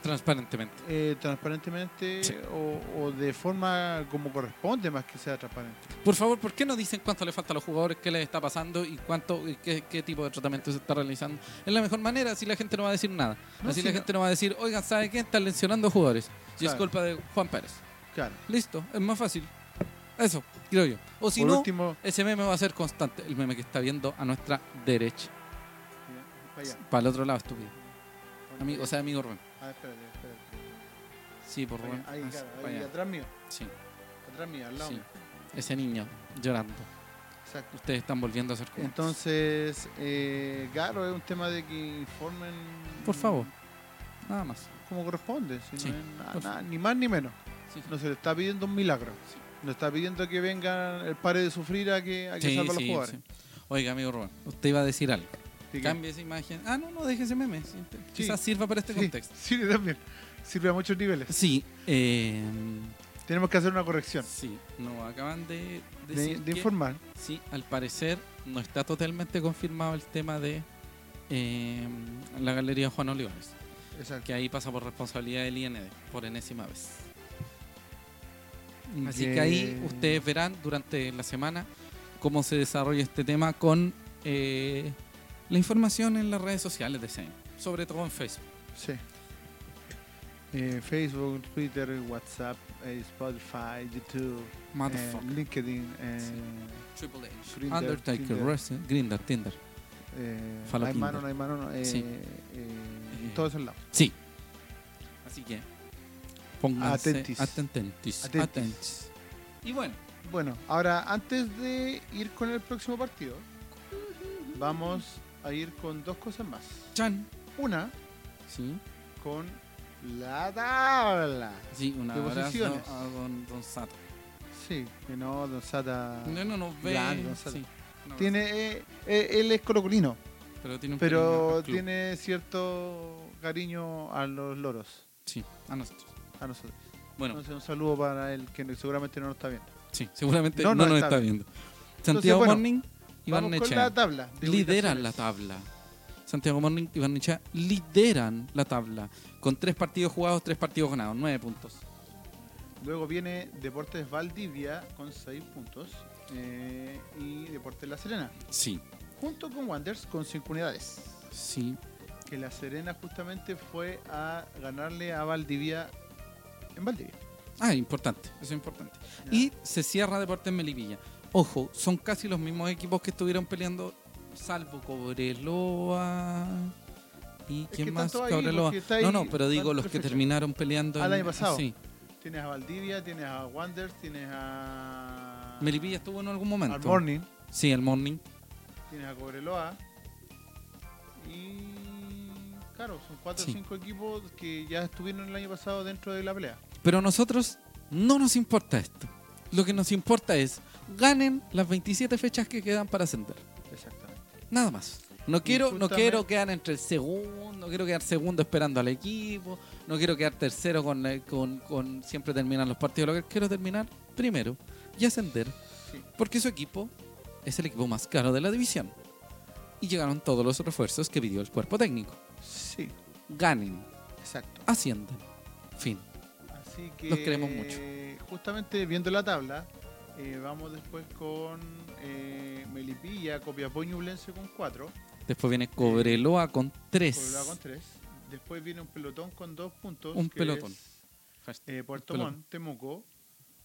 B: Transparentemente.
A: eh, transparentemente
B: Sí.
A: o, o de forma como corresponde, más que sea transparente.
B: Por favor, ¿por qué no dicen cuánto le falta a los jugadores, qué les está pasando y cuánto y qué, qué tipo de tratamiento se está realizando? Es la mejor manera, así la gente no va a decir nada.
A: No,
B: así
A: sí,
B: la
A: no.
B: gente no va a decir, oigan, ¿sabe qué? Están lesionando jugadores. Y es
A: Claro.
B: culpa de Juan Pérez.
A: Claro.
B: Listo, es más fácil. Eso, creo yo. O si
A: Por
B: no,
A: último,
B: ese meme va a ser constante. El meme que está viendo a nuestra derecha.
A: Mira, para allá.
B: Para el otro lado, estúpido. Amigo, o sea, amigo Rubén.
A: Ah, espérate, espérate.
B: Sí, por
A: Ahí,
B: Rubén.
A: ahí,
B: Eso,
A: claro,
B: para
A: ahí,
B: allá.
A: atrás mío,
B: Sí,
A: atrás mío, al lado
B: sí.
A: mío.
B: Ese niño llorando.
A: Exacto.
B: Ustedes están volviendo a ser como-
A: Entonces, eh, claro, es un tema de que informen.
B: Por favor.
A: mm.
B: Nada más.
A: Como corresponde, si no
B: Sí,
A: es na-
B: por
A: na- ni más ni menos.
B: Sí.
A: No se le está pidiendo un milagro.
B: Sí.
A: No está pidiendo que vengan el pare de sufrir a que, a que
B: Sí,
A: salva a los
B: sí,
A: jugadores.
B: sí. Oiga, amigo Rubén, usted iba a decir algo.
A: Así que-
B: Cambie esa imagen. Ah, no, no, deje ese meme. sí, te-
A: Sí.
B: Quizás sirva para este
A: sí,
B: contexto.
A: sirve también. Sirve a muchos niveles.
B: Sí, eh,
A: Tenemos que hacer una corrección.
B: sí, nos acaban de
A: De,
B: decir
A: de
B: que-
A: informar.
B: Sí, al parecer no está totalmente confirmado el tema de eh, la Galería Juan Olivares,
A: Exacto.
B: que ahí pasa por responsabilidad del IND, por enésima vez. Así
A: Bien.
B: que ahí ustedes verán durante la semana cómo se desarrolla este tema con eh, la información en las redes sociales de CEN, sobre todo en Facebook.
A: Sí. Eh, Facebook, Twitter, WhatsApp, eh, Spotify, YouTube, eh,
B: Motherfucker.
A: LinkedIn, eh,
B: Triple H.
A: Grindr,
B: Undertaker,
A: Tinder.
B: Wrestling, Grindr, Tinder.
A: eh,
B: Falo
A: hay mano,
B: Tinder.
A: no hay mano, no, eh,
B: Sí. Eh.
A: eh, en todos esos lados.
B: Sí. Así que pónganse
A: Atentis.
B: atentis. Atentis.
A: Atentis.
B: atentis. Y bueno,
A: Bueno, ahora antes de ir con el próximo partido, vamos a ir con dos cosas más.
B: Chan.
A: Una
B: Sí.
A: con la tabla.
B: Sí, un
A: De
B: abrazo
A: posiciones.
B: a don, don Sato.
A: Sí, que no, Don Sata.
B: No, no nos ve.
A: Grande, don Sato.
B: sí, un abrazo.
A: Tiene, eh, eh, él es colocolino,
B: pero tiene un cariño
A: pero
B: al club.
A: tiene cierto cariño a los loros,
B: Sí, a nosotros.
A: a nosotros.
B: Bueno,
A: Entonces un saludo para él que no- seguramente no nos está viendo.
B: sí, seguramente
A: No,
B: no,
A: no
B: nos
A: está
B: está viendo. Santiago
A: bueno,
B: Morning, Iván
A: Vamos con la
B: Necha.
A: tabla. de
B: Lideran
A: ubicaciones.
B: la tabla. Santiago Morning, Iván Necha lideran la tabla. Con tres partidos jugados, tres partidos ganados, nueve puntos.
A: Luego viene Deportes Valdivia con 6 puntos eh, y Deportes La Serena,
B: Sí,
A: junto con Wanderers con 5 unidades.
B: sí,
A: Que La Serena justamente fue a ganarle a Valdivia en Valdivia.
B: Ah, importante, eso es importante.
A: Ya.
B: Y se cierra Deportes Melipilla. Ojo, son casi los mismos equipos que estuvieron peleando, salvo Cobreloa. ¿Y quién
A: que
B: más?
A: tanto ahí,
B: Cobreloa.
A: porque está ahí,
B: no, no, pero digo
A: tanto
B: los que
A: fecha.
B: terminaron peleando.
A: Al
B: en-
A: año pasado.
B: Sí,
A: Tienes a Valdivia, tienes a Wanderers, tienes a.
B: Melipilla estuvo en algún
A: al
B: momento.
A: Morning,
B: Sí, el Morning.
A: tienes a Cobreloa. Y. Claro, son 4
B: Sí.
A: o 5 equipos que ya estuvieron el año pasado dentro de la pelea.
B: Pero a nosotros no nos importa esto. Lo que nos importa es ganen las 27 fechas que quedan para ascender.
A: Exactamente.
B: Nada más. No quiero, no
A: justamente-
B: quiero quedar entre el segundo, no quiero quedar segundo esperando al equipo, no quiero quedar tercero con, eh, con, con siempre terminar los partidos. Lo que quiero es terminar primero y ascender,
A: Sí.
B: porque su equipo es el equipo más caro de la división. Y llegaron todos los refuerzos que pidió el cuerpo técnico.
A: Sí,
B: Ganen,
A: exacto.
B: ascienden. Fin.
A: Así que.
B: Los queremos mucho.
A: Justamente viendo la tabla, eh, vamos después con eh, Melipilla, Copiapó y Ñublense con 4,
B: Después viene Cobreloa con
A: Eh, Cobreloa con
B: tres.
A: 3. Después viene un pelotón con 2 puntos.
B: Un
A: que
B: pelotón.
A: es, eh, Puerto
B: pelotón.
A: Montt, Temuco.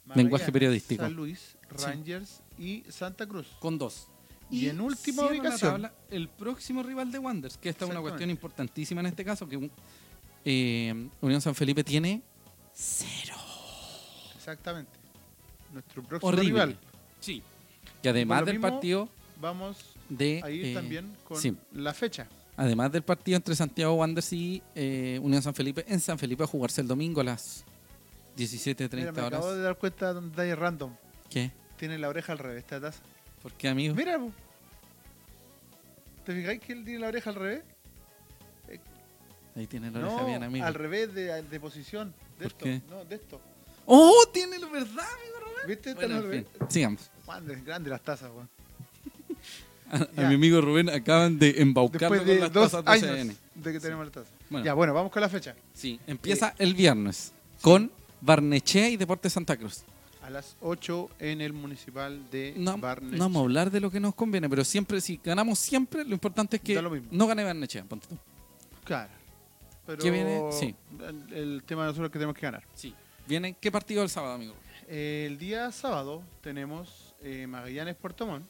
B: Lenguaje
A: Magallanes,
B: periodístico.
A: San Luis, Rangers y Santa Cruz.
B: con dos.
A: Y en última
B: cierra la
A: ubicación.
B: tabla el próximo rival de Wanderers, que esta es una
A: Exactamente.
B: cuestión importantísima en este caso, que eh, Unión San Felipe tiene cero.
A: Exactamente. Nuestro próximo
B: Horrible.
A: rival.
B: Sí. Y además
A: Por lo
B: del
A: mismo,
B: partido
A: Vamos
B: de...
A: a ir
B: eh,
A: también con
B: sí.
A: la fecha.
B: Además del partido entre Santiago Wanderers y eh, Unión San Felipe, en San Felipe a jugarse el domingo a las
A: Mira,
B: 17.30
A: me acabo
B: horas.
A: de dar cuenta de un detalle random.
B: ¿Qué?
A: Tiene la oreja al revés, esta taza.
B: ¿Por qué, amigo?
A: Mira, po. ¿te fijáis que él tiene la oreja al revés? Eh,
B: Ahí tiene la oreja
A: No,
B: bien, amigo.
A: al revés de, de posición. De
B: ¿Por
A: esto,
B: qué?
A: no, de esto.
B: ¡Oh! Tiene la verdad, amigo Roberto.
A: ¿Viste? Está
B: Bueno,
A: al
B: en
A: revés.
B: fin, sigamos.
A: Juan, es grande las tazas, weón.
B: A, a
A: Ya.
B: mi amigo Rubén acaban de embaucarlo
A: Después
B: con
A: de
B: las
A: dos
B: tazas de
A: años
B: CDN.
A: de que tenemos las tazas.
B: Bueno.
A: Ya, bueno, vamos con la fecha.
B: Sí, empieza el viernes con Barnechea y Deportes Santa Cruz.
A: A las 8 en el municipal de
B: No,
A: Barnes.
B: no vamos a hablar de lo que nos conviene, pero siempre, si ganamos siempre, lo importante es que
A: Da lo mismo.
B: no gane Barnechea. ponte tú.
A: Claro. Pero
B: ¿Qué viene? Sí.
A: el, el tema de nosotros es que tenemos que ganar.
B: Sí. ¿Viene qué partido el sábado, amigo?
A: El día sábado tenemos eh, Magallanes Puerto Montt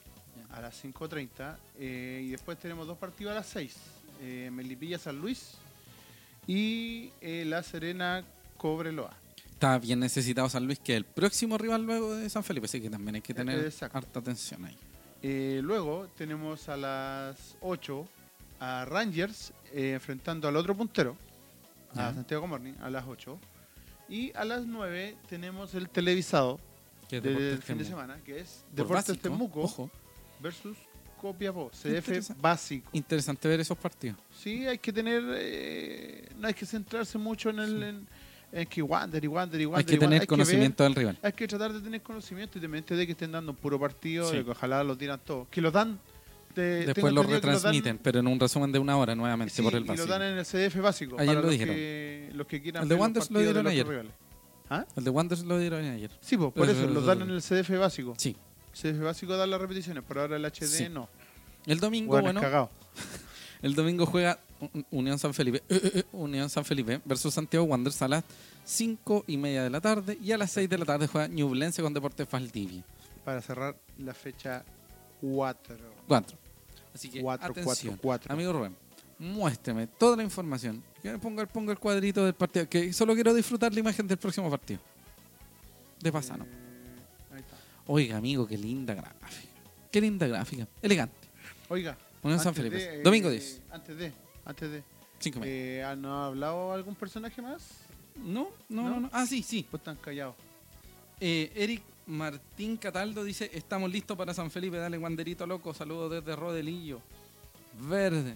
B: Ya.
A: a las 5.30 eh, y después tenemos dos partidos a las 6. Eh, Melipilla San Luis y eh, La Serena Cobreloa.
B: Está bien necesitado San Luis, que es el próximo rival luego de San Felipe, así que también hay que tener
A: Eh, Exacto.
B: harta atención ahí.
A: Eh, luego tenemos a las 8 a Rangers eh, enfrentando al otro puntero, a
B: Ya.
A: Santiago Morning, a las 8. Y a las 9 tenemos el televisado
B: Que es
A: del
B: Deportes
A: fin de
B: Temuco.
A: semana, que es
B: Por
A: Deportes
B: básico,
A: Temuco
B: Ojo,
A: versus Copiapó, CDF
B: Interesante.
A: básico.
B: Interesante ver esos partidos.
A: Sí, hay que tener. eh, no hay que centrarse mucho en el. En, en que Wander y Wander y Wander.
B: Hay
A: y
B: que
A: Wander,
B: tener
A: ver, Eh,
B: conocimiento del rival.
A: hay que tratar de tener conocimiento independientemente de que estén dando un puro partido,
B: Sí.
A: de que ojalá lo tiran todos. Que lo dan. de- tengo
B: Después lo
A: entendido que dan-
B: retransmiten, pero en un resumen de una hora nuevamente
A: sí,
B: por el
A: y lo
B: básico.
A: dan en el CDF básico.
B: Ayer
A: para
B: lo
A: los
B: dijeron.
A: Que, los que quieran
B: El de
A: ver los
B: Wander lo
A: partidos de
B: dieron
A: los
B: ayer.
A: rivales. ¿Ah?
B: El de Wanderers lo dieron ayer.
A: Sí, pues, por
B: Eh,
A: eso, los dan en el CDF básico.
B: Sí.
A: CDF básico dan las repeticiones, por ahora el HD
B: Sí.
A: no.
B: El domingo,
A: Bueno,
B: bueno,
A: cagado.
B: el domingo juega Un- Unión San Felipe, eh, eh, eh, Unión San Felipe versus Santiago Wanderers a las 5 y media de la tarde y a las 6 de la tarde juega Ñublense con Deportes Valdivia.
A: Para cerrar la fecha 4.
B: 4. Así que
A: 4, 4,
B: atención.
A: 4.
B: Amigo Rubén, muéstrame toda la información. Que ponga, el- ponga el cuadrito del partido. Que solo quiero disfrutar la imagen del próximo partido. De
A: Eh.
B: Pasano.
A: ahí está.
B: Oiga, amigo, qué linda gráfica. Qué linda gráfica. Elegante.
A: Oiga.
B: Unión San
A: antes
B: Felipe.
A: de, eh,
B: Domingo 10.
A: Antes de, antes de.
B: 5 media.
A: Eh, ¿han- ¿No ha hablado algún personaje más?
B: no, no,
A: ¿no?
B: no, no. Ah, sí, sí.
A: Pues están callados.
B: Eh, Eric Martín Cataldo dice: Estamos listos para San Felipe. Dale, guanderito loco. Saludos desde Rodelillo. Verde.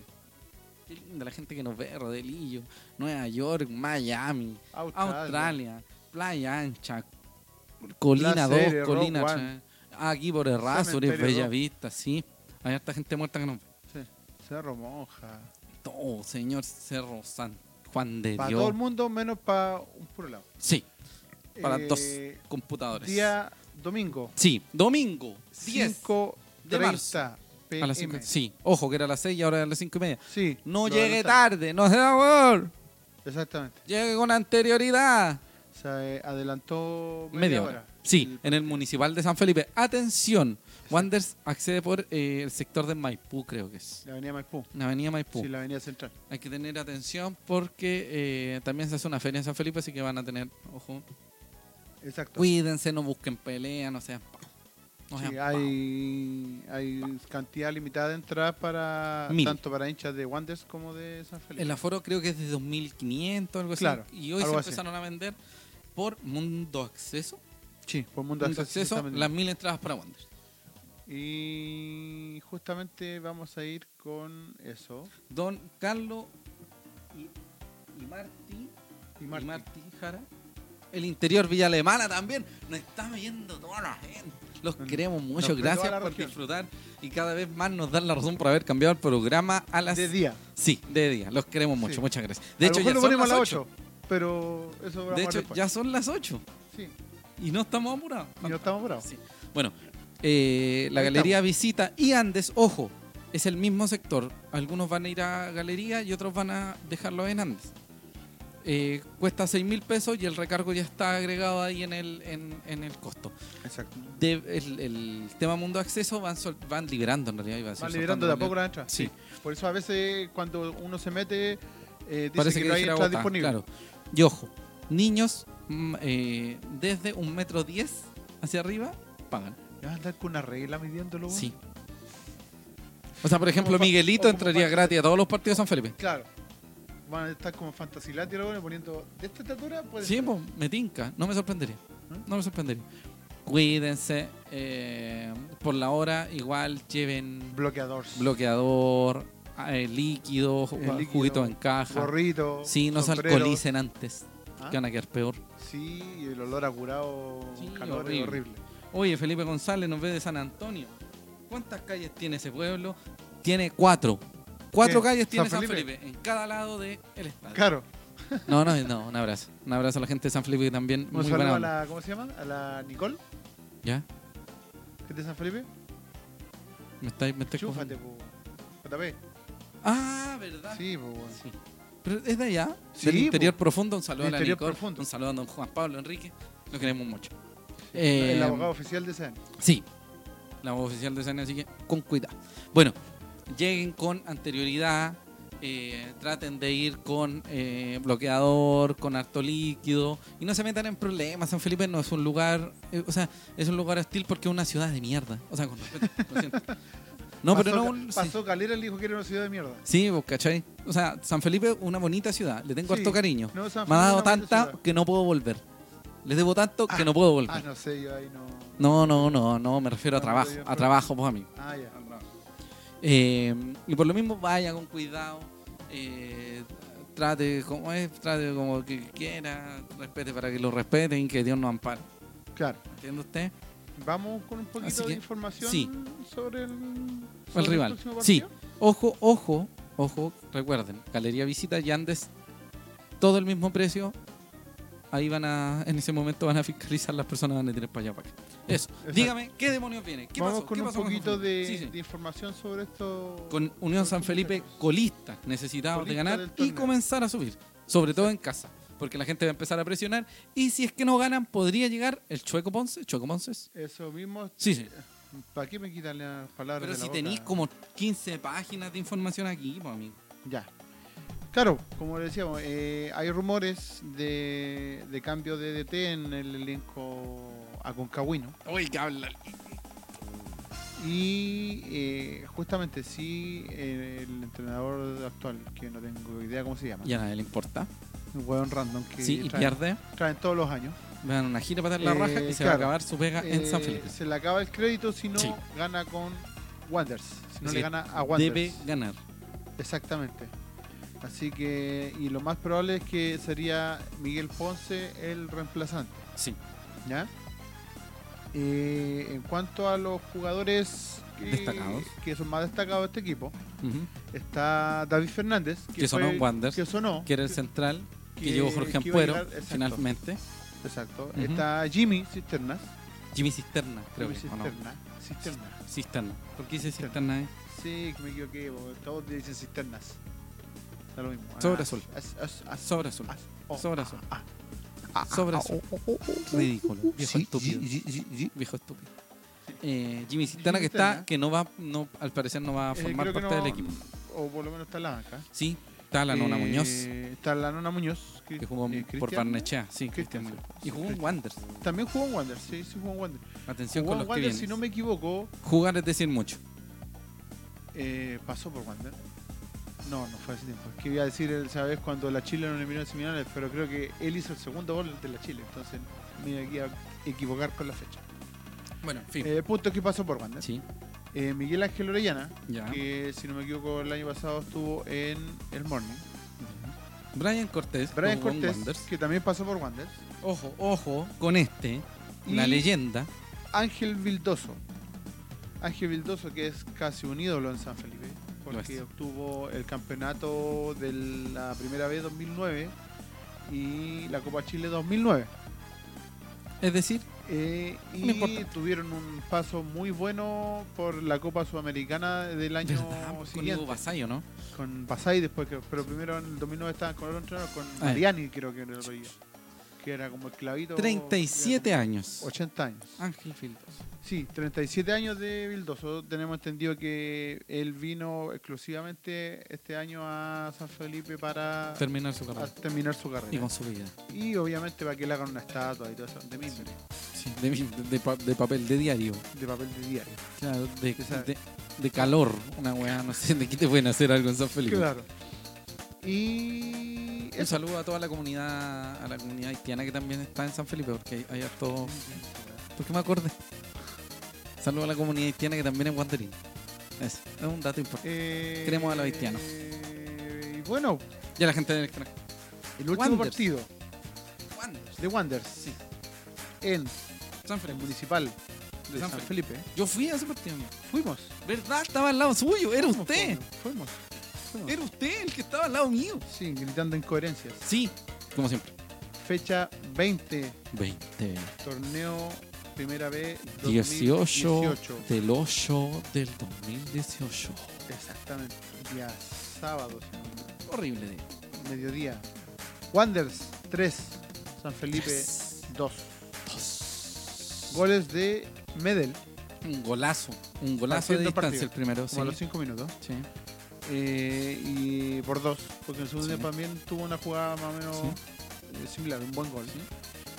B: Qué linda la gente que nos ve, Rodelillo. Nueva York, Miami.
A: Australia.
B: Australia, Playa Ancha, Colina
A: La
B: 2,
A: serie,
B: Colina
A: Rock
B: 3. Aquí por Errázuriz,
A: Cementerio
B: Bellavista, sí. Hay harta gente muerta que nos ve.
A: Sí. Cerro Monja.
B: Todo, señor Cerro San Juan de
A: Para todo
B: Dios.
A: el mundo, menos para un puro lado.
B: Sí, para
A: Eh,
B: dos computadores.
A: Día domingo.
B: Sí, domingo, 10 de
A: 5.30
B: a las cinco-
A: pm.
B: Sí, ojo que era a las 6 y ahora es a las 5 y media.
A: Sí,
B: No
A: lo
B: llegue
A: adelantaron.
B: tarde, no sea favor.
A: Exactamente.
B: Llegue con anterioridad.
A: Se eh, adelantó media,
B: Media hora. Sí,
A: El-
B: en el municipal de San Felipe. Atención, Wanders accede por eh, el sector de Maipú, creo que es.
A: La avenida Maipú.
B: La avenida Maipú.
A: Sí, la avenida central.
B: Hay que tener atención porque eh, también se hace una feria en San Felipe, así que van a tener, ojo,
A: Exacto.
B: cuídense, no busquen pelea, no sean pavos. No
A: Sí,
B: sean pavos.
A: hay, hay cantidad limitada de entradas para
B: Mil.
A: tanto para hinchas de Wanderers como de San Felipe.
B: El aforo creo que es de 2.500, algo así.
A: Claro,
B: y hoy se
A: algo así.
B: empezaron a vender por Mundo Acceso.
A: Sí, por Mundo Acceso.
B: Mundo, Acceso,
A: justamente.
B: las 1.000 entradas para Wander.
A: Y justamente vamos a ir con eso.
B: Don Carlos y, y Martí.
A: Y
B: y
A: Martín.
B: Martí Jara. El interior Villa Alemana también. Nos está viendo toda la gente. Los
A: Nos-
B: queremos mucho.
A: nos ve
B: Gracias
A: toda la
B: por
A: región.
B: disfrutar. Y cada vez más nos dan la razón por haber cambiado el programa a las.
A: de día.
B: Sí, de día. Los queremos mucho.
A: Sí.
B: Muchas gracias.
A: A
B: De
A: lo
B: hecho,
A: mejor
B: ya
A: lo
B: son
A: ponemos
B: las
A: a las
B: 8.
A: 8, Pero eso lo
B: De
A: vamos
B: hecho,
A: después.
B: ya son las 8.
A: Sí,
B: Y no estamos apurados.
A: y no estamos bravos.
B: Sí. Bueno, eh, la
A: Ahí
B: galería Visita y Andes, ojo, es el mismo sector. Algunos van a ir a galería y otros van a dejarlo en Andes. Eh, cuesta 6 mil pesos y el recargo ya está agregado ahí en el, en, en el costo.
A: Exacto.
B: De- el, el tema mundo acceso van, sol- van liberando en realidad. iba a decir
A: Van liberando de a
B: soltando,
A: poco las entradas.
B: Sí.
A: Por eso a veces cuando uno se mete, eh, dice
B: Parece
A: que,
B: que,
A: no hay
B: dijera
A: entradas
B: botada,
A: disponibles.
B: Claro. Y ojo, niños mm, eh, desde un metro 10 hacia arriba pagan.
A: ¿Me vas a andar con una regla midiéndolo? weón?
B: Sí. O sea, por ejemplo,
A: Como fa- o
B: Miguelito
A: como
B: entraría
A: fa-
B: gratis a todos los partidos de San Felipe.
A: Claro. Van a estar como fantasilati y poniendo de esta estatura. Puede
B: Sí,
A: ser.
B: po, me tinca, no me sorprendería.
A: ¿Mm?
B: No me sorprendería. Cuídense. eh, por la hora, igual lleven
A: Bloqueador.
B: bloqueador, eh, líquido, ju-
A: El líquido,
B: juguito en caja.
A: Gorrito.
B: Sí, no se
A: sombrero.
B: alcoholicen antes,
A: ¿Ah?
B: que van a quedar peor.
A: Sí, y el olor a curado.
B: Sí,
A: calor
B: horrible.
A: horrible. horrible.
B: Oye, Felipe González nos ve de San Antonio. ¿Cuántas calles tiene ese pueblo? Tiene cuatro. Cuatro
A: ¿Qué?
B: calles
A: ¿San
B: tiene San Felipe?
A: Felipe?
B: en cada lado del estadio.
A: Claro.
B: No, no, no, un abrazo. Un abrazo a la gente de San Felipe que también.
A: Un
B: Muy buena
A: saludo a
B: onda.
A: la. ¿Cómo se llama? A la Nicole,
B: ¿Ya?
A: que es de San Felipe.
B: ¿Me estáis me estáis
A: Chúfate,
B: confundiendo?
A: po. JP.
B: Ah, ¿verdad?
A: Sí, po, weón.
B: Sí. Pero es de allá,
A: Sí,
B: del
A: po.
B: interior profundo. Un saludo
A: Del
B: a la
A: interior
B: Nicole,
A: profundo.
B: Un saludo a don Juan Pablo Enrique. Lo queremos mucho.
A: el
B: Eh,
A: abogado oficial de San.
B: Sí, la voz oficial de Sane, así que con cuidado. Bueno, lleguen con anterioridad, eh, traten de ir con eh, bloqueador, con harto líquido y no se metan en problemas. San Felipe no es un lugar, eh, o sea, es un lugar hostil porque es una ciudad de mierda. O sea, con respeto, lo siento. No, pero no. un- sí.
A: Pasó Calera y le dijo que era una ciudad de mierda.
B: Sí, vos, ¿cachai? O sea, San Felipe es una bonita ciudad, le tengo
A: Sí.
B: harto cariño.
A: No, San
B: Me
A: Felipe
B: ha dado
A: es una bonita
B: tanta
A: ciudad.
B: que no puedo volver. Les debo tanto que no puedo volver.
A: Ah, no sé, yo ahí no.
B: No, no, no, no, me refiero a
A: No,
B: trabajo,
A: yo-
B: a trabajo, pues, amigo.
A: Ah, ya.
B: Eh, y por lo mismo vaya con cuidado, eh, trate como es, trate como que quiera, respete para que lo respeten, que Dios nos ampare.
A: Claro.
B: ¿Entiende usted?
A: Vamos con un
B: Así
A: poquito
B: que,
A: de información
B: sí.
A: sobre el,
B: El
A: sobre el
B: rival.
A: próximo
B: Sí.
A: partido.
B: Ojo, ojo, ojo, recuerden, Galería Visita y Andes, todo el mismo precio. Ahí van a, en ese momento van a fiscalizar las personas, van a tirar para allá para acá. Eso.
A: Exacto.
B: Dígame, ¿qué demonios viene? ¿Qué
A: Vamos
B: pasó?
A: con
B: ¿Qué
A: un
B: pasó con
A: poquito
B: San
A: de,
B: Felipe? Sí, sí.
A: de información sobre esto.
B: Con Unión San Felipe colista, necesitados de
A: Colista
B: ganar
A: del
B: y
A: torneo.
B: comenzar a subir, sobre todo en casa, porque la gente va a empezar a presionar y si es que no ganan podría llegar el Chueco Ponce, Chueco Ponce.
A: Eso mismo.
B: Sí, sí.
A: ¿Para qué me quitan las palabras?
B: Pero
A: de la
B: si
A: boca?
B: tenéis como 15 páginas de información aquí, pues, amigo.
A: Ya. Claro, como decíamos, eh, hay rumores de, de cambio de DT en el elenco aconcagüino.
B: Uy, que habla.
A: Y eh, justamente sí, eh, el entrenador actual, que no tengo idea cómo se llama,
B: Y a nadie le importa.
A: un hueón random que
B: Sí, y
A: traen,
B: pierde.
A: traen todos los años,
B: Le dan una gira para dar la
A: Eh,
B: raja y se va a
A: claro.
B: acabar su pega en San
A: eh,
B: Felipe.
A: se le acaba el crédito si no
B: Sí.
A: gana con Wanderers, si no
B: Así
A: le
B: que
A: gana a Wanderers.
B: Debe ganar.
A: Exactamente. Así que, y lo más probable es que sería Miguel Ponce el reemplazante.
B: Sí.
A: ¿Ya? Eh, en cuanto a los jugadores que,
B: Destacados.
A: que son más destacados de este equipo,
B: Ujú.
A: está David Fernández,
B: Que sonó en Wanderers,
A: Que sonó.
B: Que era el central que,
A: que-
B: llevó Jorge
A: que iba a
B: Ampuero,
A: llegar- exacto.
B: finalmente.
A: Exacto.
B: Ujú.
A: Está Jimmy Cisternas.
B: Jimmy Cisterna, creo
A: Jimmy
B: que. ¿o no?
A: Cisterna. Cisterna.
B: Cisterna. ¿Por qué dice
A: Cisterna.
B: Cisterna? eh?
A: Sí, que me equivoqué, porque todos le dicen cisternas. Está lo mismo.
B: Sobre
A: Ah,
B: azul.
A: as- as- as-
B: Sobre azul.
A: as- oh.
B: Sobre azul.
A: Ah, ah,
B: Sobre
A: ah,
B: azul.
A: oh, oh, oh, oh.
B: Ridículo. Viejo
A: Sí,
B: estúpido.
A: sí, sí, sí, sí.
B: Viejo estúpido. Eh, Jimmy Cisterna que está,
A: Cisterna.
B: que no va, no, al parecer no va a
A: Eh,
B: formar
A: creo que
B: parte
A: no-
B: del equipo.
A: O por lo menos está en la banca.
B: Sí, está la Nona
A: Eh,
B: Muñoz,
A: Está la Nona Muñoz.
B: que jugó
A: eh,
B: por
A: Cristian.
B: Barnechea, sí,
A: Cristian,
B: Cristian Muñoz.
A: sí.
B: Y jugó en
A: Cristian.
B: Wander.
A: También jugó en Wander, sí, sí jugó en Wander.
B: Atención
A: Jugó
B: con
A: en
B: los que
A: Wander,
B: vienen.
A: si no me equivoco,
B: Jugar es decir mucho.
A: eh, pasó por Wander. No, no fue hace tiempo. Es que iba a decir, el- ¿sabes? Cuando la Chile no eliminó en semifinales, pero creo que él hizo el segundo gol de la Chile. Entonces me iba a equivocar con la fecha.
B: Bueno, en fin.
A: Eh, punto que pasó por Wander.
B: sí, Ah.
A: Eh, Miguel Ángel Orellana,
B: ya.
A: que si no me equivoco el año pasado estuvo en el Morning.
B: Brian Cortés.
A: Brian
B: jugó en
A: Cortés,
B: Wanderers.
A: que también pasó por Wander.
B: Ojo, ojo con este, la
A: Y-
B: leyenda.
A: Ángel Vildoso. Ángel Vildoso, que es casi un ídolo en San Felipe,
B: Lo es.
A: porque obtuvo el campeonato de la primera vez 2009 y la Copa Chile 2009.
B: Es decir,
A: Eh, y
B: No importa.
A: tuvieron un paso muy bueno por la Copa Sudamericana del año
B: ¿verdad? pues, Con Hugo
A: siguiente.
B: Basayo, ¿no?
A: Con Basay después, que, pero primero en el 2009 estaban con otro entrenador, con
B: Ah,
A: Mariani creo que era el apellido, que era como esclavito.
B: 37 años.
A: 80 años.
B: Ángel Fildos.
A: Sí, 37 años de Vildoso. Tenemos entendido que él vino exclusivamente este año a San Felipe para
B: Terminar su
A: a
B: carrera.
A: terminar su
B: Y
A: carrera.
B: con su vida.
A: Y obviamente para que le hagan una estatua y todo eso, de mimbre,
B: Sí, de, de pa- de papel, de diario.
A: de papel de diario.
B: Claro, de,
A: Que sabe.
B: de- de calor. Una weá, no sé, de qué te pueden hacer algo en San Felipe.
A: Claro. Y
B: Un
A: eso.
B: saludo a toda la comunidad, a la comunidad haitiana que también está en San Felipe, porque hay, hay harto. ¿Por qué me acordé? Saludo a la comunidad haitiana que también es Wanderín. Eso, es un dato importante.
A: Eh,
B: Queremos a los haitianos.
A: Y bueno,
B: Y a la gente del extranjero.
A: el último
B: Wanderers.
A: partido de Wanderers
B: Sí.
A: en
B: San
A: el
B: Felipe.
A: municipal de,
B: San
A: San, Felipe. ¿eh?
B: Yo fui a ese partido. amigo.
A: Fuimos.
B: ¿Verdad? Estaba al lado suyo, era usted.
A: Fuimos. Fuimos.
B: Era usted el que estaba al lado mío.
A: Sí, gritando incoherencias.
B: Sí, como siempre.
A: Fecha 20,
B: 20,
A: torneo primera B
B: 18
A: 2018.
B: del 8 del 2018.
A: Exactamente. Día sábado, si no me equivoco.
B: Horrible. día.
A: mediodía. Wanders 3, San Felipe
B: Tres,
A: 2.
B: dos.
A: Goles de Medel,
B: Un golazo, un golazo
A: Partiendo
B: de distancia
A: partido.
B: el primero.
A: como
B: Sí.
A: a los 5 minutos.
B: Sí.
A: Eh, y por 2, porque en el segundo
B: Sí.
A: tiempo también tuvo una jugada más o menos eh, similar, un buen gol.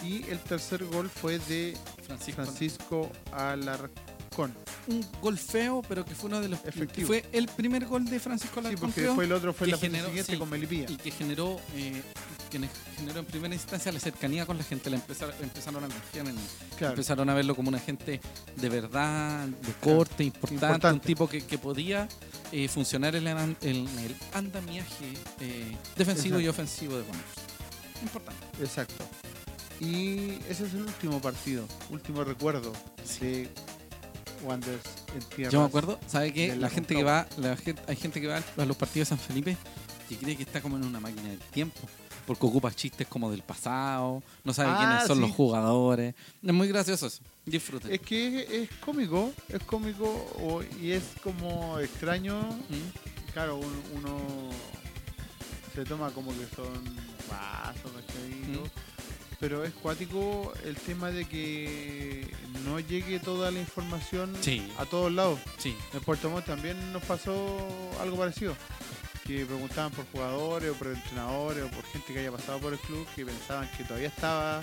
A: Y el tercer gol fue de
B: Francisco.
A: Francisco Alarcón.
B: Un gol feo, pero que fue uno de los
A: Efectivo.
B: Fue el primer gol de Francisco
A: Sí,
B: Alarcón,
A: porque
B: creo,
A: después el otro fue
B: que
A: la fecha
B: generó-
A: siguiente
B: sí.
A: con Melipilla.
B: y que generó eh, quienes generó en primera instancia la cercanía con la gente, la empezaron, empezaron a confiar en él.
A: Claro.
B: Empezaron a verlo como un agente de verdad, de corte, importante,
A: Importante.
B: un tipo que, que podía eh, funcionar en el, an- en el andamiaje eh, defensivo
A: Exacto.
B: y ofensivo de Bonos. Importante.
A: Exacto. Y ese es el último partido, último recuerdo de Wanderers en tierra.
B: Yo me acuerdo, ¿sabe qué?
A: de
B: La
A: la
B: gente que va,
A: Concagua.
B: la gente, hay gente que va a los partidos de San Felipe que cree que está como en una máquina del tiempo, porque ocupa chistes como del pasado, no sabe
A: Ah,
B: quiénes son
A: sí.
B: los jugadores. Es muy gracioso eso. Disfruten.
A: Es que es, es cómico, es cómico o- y es como extraño.
B: Mm.
A: Claro, un- uno se toma como que son vasos, ¿cachai?
B: Mm.
A: Pero es cuático el tema de que no llegue toda la información
B: Sí.
A: a todos lados.
B: Sí.
A: En Puerto Montt también nos pasó algo parecido. Que preguntaban por jugadores o por entrenadores o por gente que haya pasado por el club que pensaban que todavía estaba.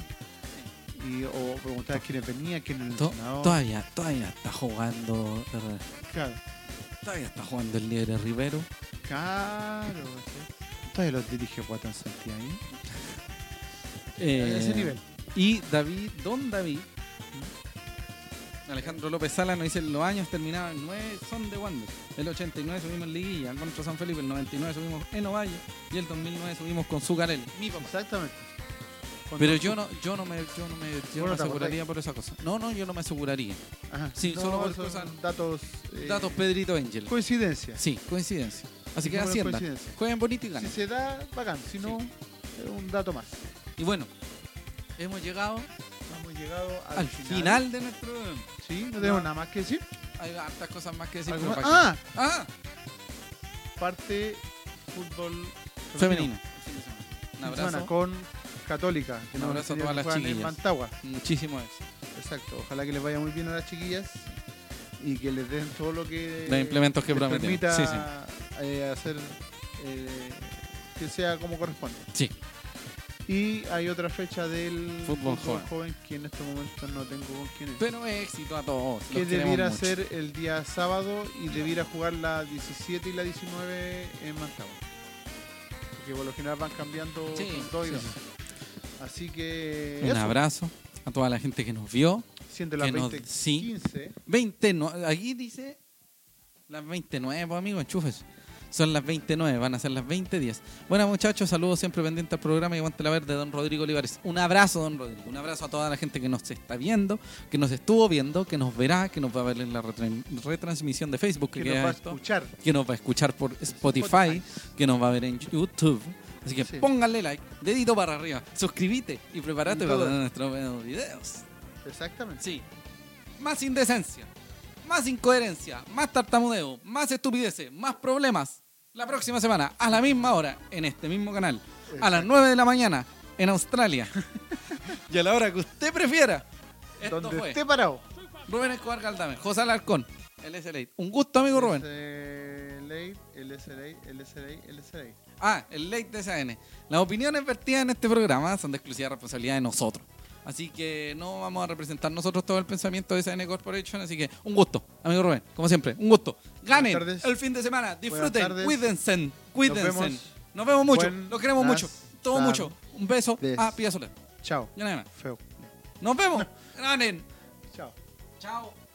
A: Y, o preguntaban quiénes venía, quién era el
B: To-
A: entrenador.
B: todavía, todavía está jugando.
A: Claro,
B: Todavía está jugando el líder Rivero.
A: claro. ¿cachai? Todavía los dirige Guatán Santiago.
B: Eh,
A: A ese nivel.
B: Y David, don David, ¿Mm? Alejandro López Sala nos dice los años terminaban en 9, son de Wander. El 89 subimos en Liguilla contra San Felipe, el 99 subimos en Ovalle y el 2009 subimos con Zucarelli.
A: Exactamente. Con
B: Pero
A: dos-
B: yo no, yo no me, yo no me, yo no
A: Bueno,
B: me
A: te
B: aseguraría por esa cosa. No, no, yo no me aseguraría.
A: Ajá.
B: sí, solo por
A: son
B: cosas-
A: datos. eh,
B: Datos Pedrito Ángel.
A: Coincidencias.
B: Sí, coincidencia. Así que
A: Número de
B: Hacienda.
A: coincidencias.
B: Jueguen bonito y
A: Si
B: ganen.
A: se da, bacán. Si no, es un dato más.
B: Y bueno, hemos llegado
A: Hemos llegado al,
B: al, final. Ah. de nuestro.
A: Sí, no
B: No.
A: tenemos nada más que decir.
B: Hay hartas cosas más que decir.
A: ¿Algo
B: pero
A: más?
B: ¿para
A: Ah,
B: qué? ¡Ah!
A: parte fútbol
B: Femenino. Un
A: Semana
B: abrazo.
A: con Católica.
B: Un
A: nos
B: abrazo a
A: enseñó
B: todas
A: que
B: las
A: juegan En
B: chiquillas.
A: Mantagua.
B: Muchísimo éxito.
A: Exacto. Ojalá que les vaya muy bien a las chiquillas y que les den todo lo que.
B: Los implementos que
A: les
B: prometieron.
A: permita
B: Sí,
A: eh, hacer eh, que sea como corresponde.
B: Sí.
A: Y hay otra fecha del
B: Fútbol joven.
A: que en este momento no tengo con quién es.
B: Pero éxito a todos.
A: que
B: los queremos
A: debiera
B: mucho.
A: ser el día sábado y debiera jugar la 17 y la 19 en Mantagua. Porque por lo general van cambiando
B: Sí,
A: con todo y
B: sí,
A: dos.
B: sí.
A: Así que.
B: Un
A: eso.
B: abrazo a toda la gente que nos vio.
A: Siendo las
B: que nos-
A: 20,
B: sí.
A: 15.
B: 20, no- aquí dice las 29, pues, amigo, enchufes. Son las 29, van a ser las 20.10. Bueno, muchachos, saludos siempre pendiente al programa y aguante la verde, don Rodrigo Olivares. Un abrazo, don Rodrigo. Un abrazo a toda la gente que nos está viendo, que nos estuvo viendo, que nos verá, que nos va a ver en la retran- retransmisión de Facebook, que,
A: Que nos
B: queda
A: va a
B: esto,
A: escuchar.
B: que nos va a escuchar por Spotify, que nos va a ver en YouTube. Así que
A: Sí.
B: póngale like, dedito para arriba, suscríbete y prepárate
A: En
B: para
A: todas.
B: ver nuestros nuevos videos.
A: Exactamente.
B: Sí. Más indecencia, más incoherencia, más tartamudeo, más estupideces, más problemas. La próxima semana, a la misma hora, en este mismo canal, a las 9 de la mañana, en Australia. y a la hora que usted prefiera. Esto
A: Donde
B: fue
A: esté parado.
B: Rubén Escobar Galdame, José Alarcón, LSLA. Un gusto, amigo Rubén.
A: LSLA, LSLA, LSLA, LSLA.
B: Ah, el late de SN. Las opiniones vertidas en este programa son de exclusiva responsabilidad de nosotros. Así que no vamos a representar nosotros todo el pensamiento de SN Corporation. Así que un gusto, amigo Rubén, como siempre, un gusto. Ganen
A: Buenas tardes.
B: el fin de semana, disfruten,
A: tardes.
B: cuídense, cuídense. Nos
A: Nos
B: vemos,
A: vemos.
B: mucho,
A: Buenas
B: los queremos mucho, todo
A: tardes.
B: mucho. Un beso a Pia Soler.
A: Chao.
B: Ya nada más.
A: Feo.
B: Nos vemos, ganen.
A: Chao.
B: Chao.